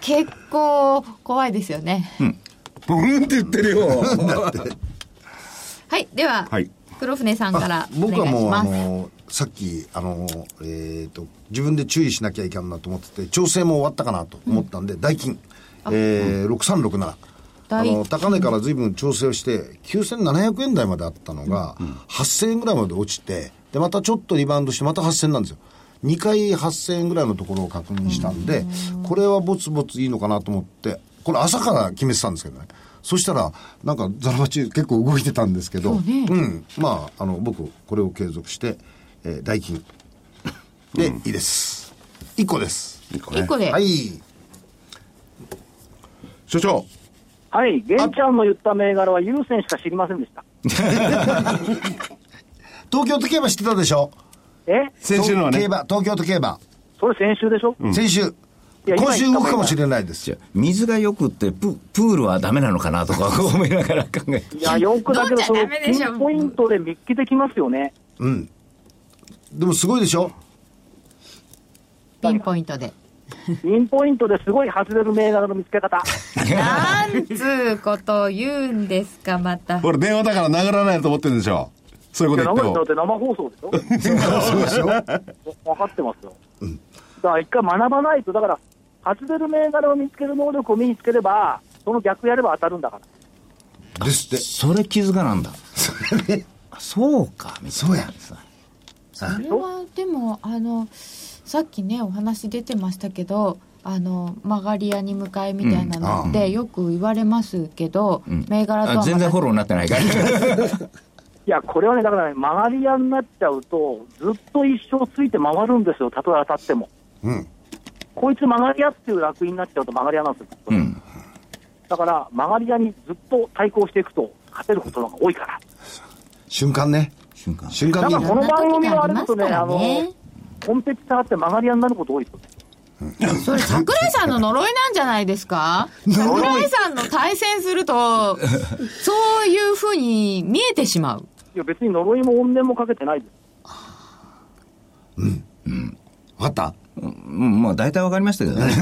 Speaker 8: 結構怖いですよね、
Speaker 7: ブーンって言ってるよ
Speaker 4: はい、では、
Speaker 7: (laughs) はい
Speaker 4: 黒船さんからお
Speaker 6: 僕は
Speaker 4: 願いし
Speaker 6: もうあ
Speaker 4: ます。
Speaker 6: のさっきあの、えー、と自分で注意しなきゃいけんなと思ってて調整も終わったかなと思ったんで、代金、えー、6367あ
Speaker 8: ダイキン
Speaker 6: の高値から随分調整をして9700円台まであったのが、8000円ぐらいまで落ちてでまたちょっとリバウンドしてまた8000円なんですよ2回8000円ぐらいのところを確認したんで、これはぼつぼついいのかなと思ってこれ朝から決めてたんですけどねそしたらなんかザラバチ結構動いてたんですけどう、ん、まああの僕これを継続して、えー、代金で、いいです1個です
Speaker 8: 1個で、
Speaker 6: はい
Speaker 7: 所長
Speaker 9: はい、玄ちゃんの言った銘柄は優先しか知りませんでした。
Speaker 6: 東京と競馬知ってたでしょ
Speaker 9: え
Speaker 7: 先週のは
Speaker 6: 競
Speaker 7: ね
Speaker 6: 馬東京と競馬、
Speaker 9: それ先週でしょ、
Speaker 6: 先週
Speaker 9: や
Speaker 6: 今週
Speaker 9: 今言った
Speaker 6: 動くかもしれないです
Speaker 5: じ
Speaker 6: よ
Speaker 5: ゃあ水がよくってプ、プールはダメなのかなと
Speaker 6: (laughs)
Speaker 5: か思いながら考えて。
Speaker 9: いや、よくだけど、そ
Speaker 8: ど
Speaker 9: の
Speaker 8: んじゃダメで
Speaker 9: ピ
Speaker 8: しょ
Speaker 9: ンポイントで見っけてきますよね。
Speaker 6: うんでもすごいでしょ
Speaker 8: ピンポイントで
Speaker 9: ピンポイントですごい外れる銘柄の見つけ方。
Speaker 4: なんつうこと言うんですか、また。
Speaker 7: ほら電話だから殴らないと思ってるんでしょそういう
Speaker 9: い
Speaker 7: こ
Speaker 9: や
Speaker 7: と言
Speaker 9: 生
Speaker 7: って
Speaker 9: だ
Speaker 7: も
Speaker 9: って生放送でしょ
Speaker 6: (laughs) そうでしょ
Speaker 9: 分かってますよ、だから一回学ばないと、だから、外れる銘柄を見つける能力を身につければ、その逆やれば当たるんだから、
Speaker 6: ですって
Speaker 5: それ気づかなんだ。あそうか、みたいな。
Speaker 6: そうや
Speaker 8: それはでもあのさっきねお話出てましたけどあの曲がり屋に向かいみたいなのってよく言われますけど、銘柄とは
Speaker 5: あ
Speaker 8: また
Speaker 5: 全然フォローになってない
Speaker 6: (laughs)
Speaker 5: から
Speaker 9: いや、これはね、だからね、曲がり屋になっちゃうと、ずっと一生ついて回るんですよ、たとえ当たっても。
Speaker 6: うん。
Speaker 9: こいつ曲がり屋っていう楽になっちゃうと曲がり屋なんですよ。
Speaker 5: うん
Speaker 9: だから、曲がり屋にずっと対抗していくと、勝てることの方が多いから。
Speaker 6: 瞬間ね。
Speaker 5: 瞬間
Speaker 6: 瞬間
Speaker 9: だ
Speaker 6: に
Speaker 9: か。らこの番組はあれですとね、
Speaker 8: そんな
Speaker 9: あ
Speaker 8: 時がありますから
Speaker 9: の
Speaker 8: ね、
Speaker 9: コンペティターって曲がり屋になること多いですよね。
Speaker 8: それ桜井さんの呪いなんじゃないですか桜井さんの対戦するとそういうふうに見えてしまう
Speaker 9: いや、別に呪いも怨念もかけてないです。
Speaker 6: わかった
Speaker 5: うんまあ大体わかりましたけどね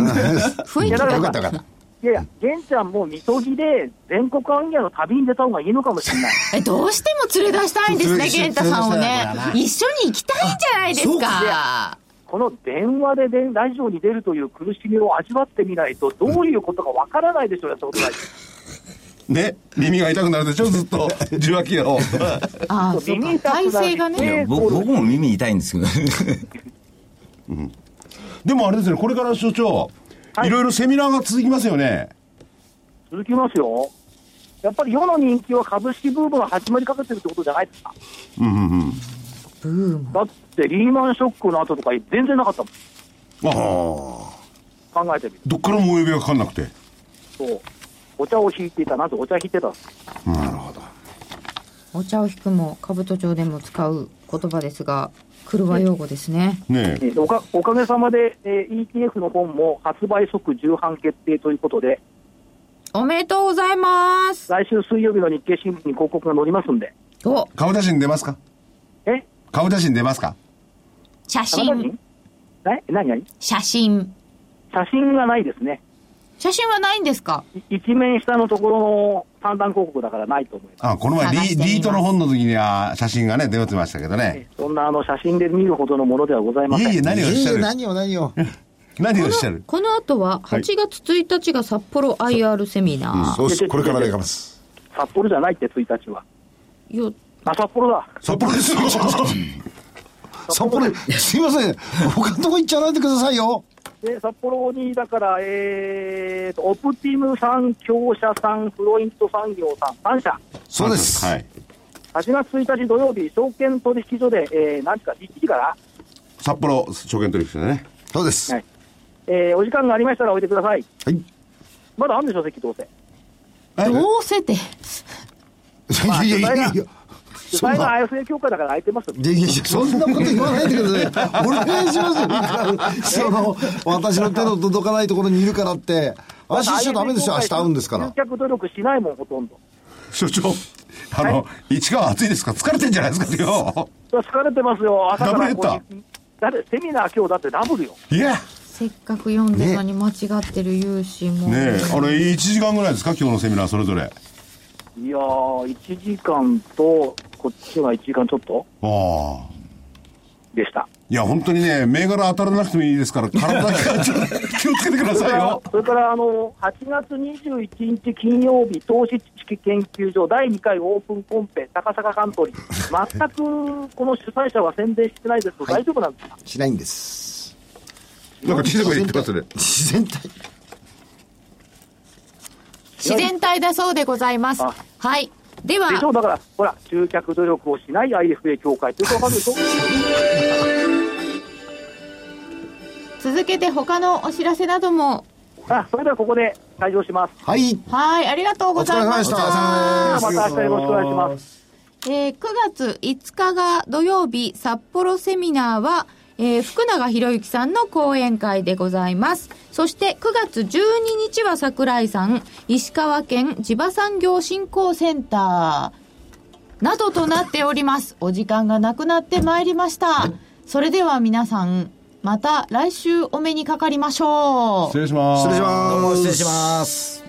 Speaker 8: 雰囲気
Speaker 9: いやだ
Speaker 8: が
Speaker 9: ら
Speaker 6: よかったよかっ
Speaker 9: いやいや、玄ちゃんもみそぎで全国アンギアの旅に出た方がいいのかもしれ (laughs) ない。
Speaker 8: えどうしても連れ出したいんですね
Speaker 6: 連れ
Speaker 8: 健太さんをね
Speaker 6: 連れ出したいからな
Speaker 8: 一緒に行きたいんじゃないですか
Speaker 9: この電話ででラジオに出るという苦しみを味わってみないと、どういうことかわからないでしょうよ、そのない。
Speaker 7: ね、耳が痛くなるでし (laughs) ょ、ずっと、受話器を。
Speaker 8: ああそう
Speaker 9: 耳
Speaker 8: か
Speaker 9: 痛く
Speaker 8: 体
Speaker 9: なる
Speaker 8: 勢が
Speaker 5: い
Speaker 8: ね
Speaker 5: や僕僕も耳痛いんですけど
Speaker 7: (laughs) でもあれですね、これから所長、、
Speaker 9: はいい
Speaker 7: ろいろセミナーが続きますよね。
Speaker 9: 続きますよ。やっぱり世の人気は株式ブームが始まりかけてるってことじゃないですか。
Speaker 7: うんうんうん。
Speaker 9: だってリーマンショックの後とか全然なかった
Speaker 7: ああ、
Speaker 9: もん。考えてみる
Speaker 7: どっからもお呼びがかかんなくて。
Speaker 9: と、お茶を引いていた、なぜお茶引いてたんですか
Speaker 7: なるほど。
Speaker 8: お茶を引くも兜町でも使う言葉ですが車用語ですね
Speaker 7: ねえ、
Speaker 9: でおかおかげさまで、えー ETF の本も発売即重版決定ということで、
Speaker 8: おめでとうございます
Speaker 9: 来週水曜日の日経新聞に広告が載りますんで。
Speaker 8: お
Speaker 7: 顔写真出ますか
Speaker 9: え
Speaker 7: 顔写真出ますか
Speaker 8: 写
Speaker 9: 田中
Speaker 8: 真
Speaker 9: 人え何何
Speaker 8: 写真
Speaker 9: 写真がないですね。
Speaker 8: 写真はないんですか
Speaker 9: い一面下のところの三段広告だからないと思います。
Speaker 7: あこの前リ
Speaker 8: 探してみま
Speaker 7: リ
Speaker 8: す
Speaker 7: ートの本の時には写真がね、出てましたけどね。
Speaker 9: そんなあの写真で見るほどのものではござい
Speaker 7: い
Speaker 9: ません。
Speaker 7: えいえ、何をおっしゃ
Speaker 6: いい
Speaker 7: る。
Speaker 6: 何を何を。
Speaker 7: (laughs) 何をおっしゃる。
Speaker 8: この後は8月1日が札幌 IR セミナ
Speaker 6: そうし、これからでいきます。
Speaker 9: 札幌じゃないって1日は。
Speaker 8: ーよ
Speaker 9: あ、札幌だ。
Speaker 6: 札幌
Speaker 7: (laughs)
Speaker 6: ですよ。札
Speaker 9: (laughs)
Speaker 6: 幌、すいません。他のとこ行っちゃわないでくださいよ。
Speaker 9: で、札幌に、だから、えーと、オプティムさん、強者さん、フロイント産業さん、3社。
Speaker 6: そうです。
Speaker 7: (laughs) はい。
Speaker 9: 8月1日土曜日、証券取引所で、えー何時か、1時から、
Speaker 7: 札幌証券取引所でね。
Speaker 6: そうです。
Speaker 9: は
Speaker 6: はい
Speaker 9: えーお時間がありましたらおいでください。
Speaker 6: い。
Speaker 9: まだあるんでしょ、席どうせ。
Speaker 7: え
Speaker 8: どうせて
Speaker 6: いやいやいやいや。
Speaker 9: 主
Speaker 6: そん
Speaker 9: 催の
Speaker 6: な。
Speaker 9: IFA 協会だから空いてますよ
Speaker 6: いやいやいや、そんなこと言わないでください。お願いしますよ。その、私の手の届かないところにいるからって。安心しちゃダメですよ。明日会うんですから
Speaker 9: 集。客努力しないもん、ほとんど。
Speaker 7: 所長、あの、市川暑いですか疲れてんじゃないですかよ。
Speaker 9: いや疲れてますよ、朝か
Speaker 7: ダブルヘ
Speaker 9: ら
Speaker 7: ッダー
Speaker 9: こうだってセミナー今日だってダブルよ。
Speaker 7: いや。
Speaker 8: せっかく読んでたのに間違ってる勇士も
Speaker 7: ねえ、あれ、1時間ぐらいですか今日のセミナーそれぞれ。あ
Speaker 9: いやー、1時間と、こっちが1時間ちょっと
Speaker 7: あ。
Speaker 9: でした。
Speaker 7: いや、本当にね、銘柄当たらなくてもいいですから、体だけはちょっと気をつけてくだ
Speaker 9: そ
Speaker 7: さ
Speaker 9: れか
Speaker 7: い
Speaker 9: ら
Speaker 7: よ。、
Speaker 9: それからあの8月21日金曜日、投資知識研究所第2回オープンコンペ、高坂カントリー、全くこの主催者は宣伝してないですけど、大丈夫なんですか、
Speaker 6: しないんです。
Speaker 7: なんか小さい声で言ってますね。
Speaker 6: 自然体。
Speaker 8: 自然体だそうでございます
Speaker 9: あ
Speaker 8: はいでは
Speaker 9: でしょ、だから、ほら、集客努力をしない IFA 協会っていうと分かるでしょ、
Speaker 8: 続けて他のお知らせなども
Speaker 9: あそれではここで退場します。
Speaker 6: はい。
Speaker 8: はいありがとう
Speaker 6: お
Speaker 8: ご
Speaker 6: 疲
Speaker 8: ざ
Speaker 6: れ
Speaker 8: い
Speaker 6: 様
Speaker 8: ま
Speaker 6: で
Speaker 8: し
Speaker 6: した。
Speaker 8: た
Speaker 9: ではまた明日よろしくお願いします。
Speaker 8: えー9月5日が土曜日、札幌セミナーは、えー福永博之さんの講演会でございます。そして9月12日は桜井さん、石川県地場産業振興センターなどとなっております。お時間がなくなってまいりました。それでは皆さん、また来週お目にかかりましょう。
Speaker 7: 礼します
Speaker 6: 失礼します。失礼します。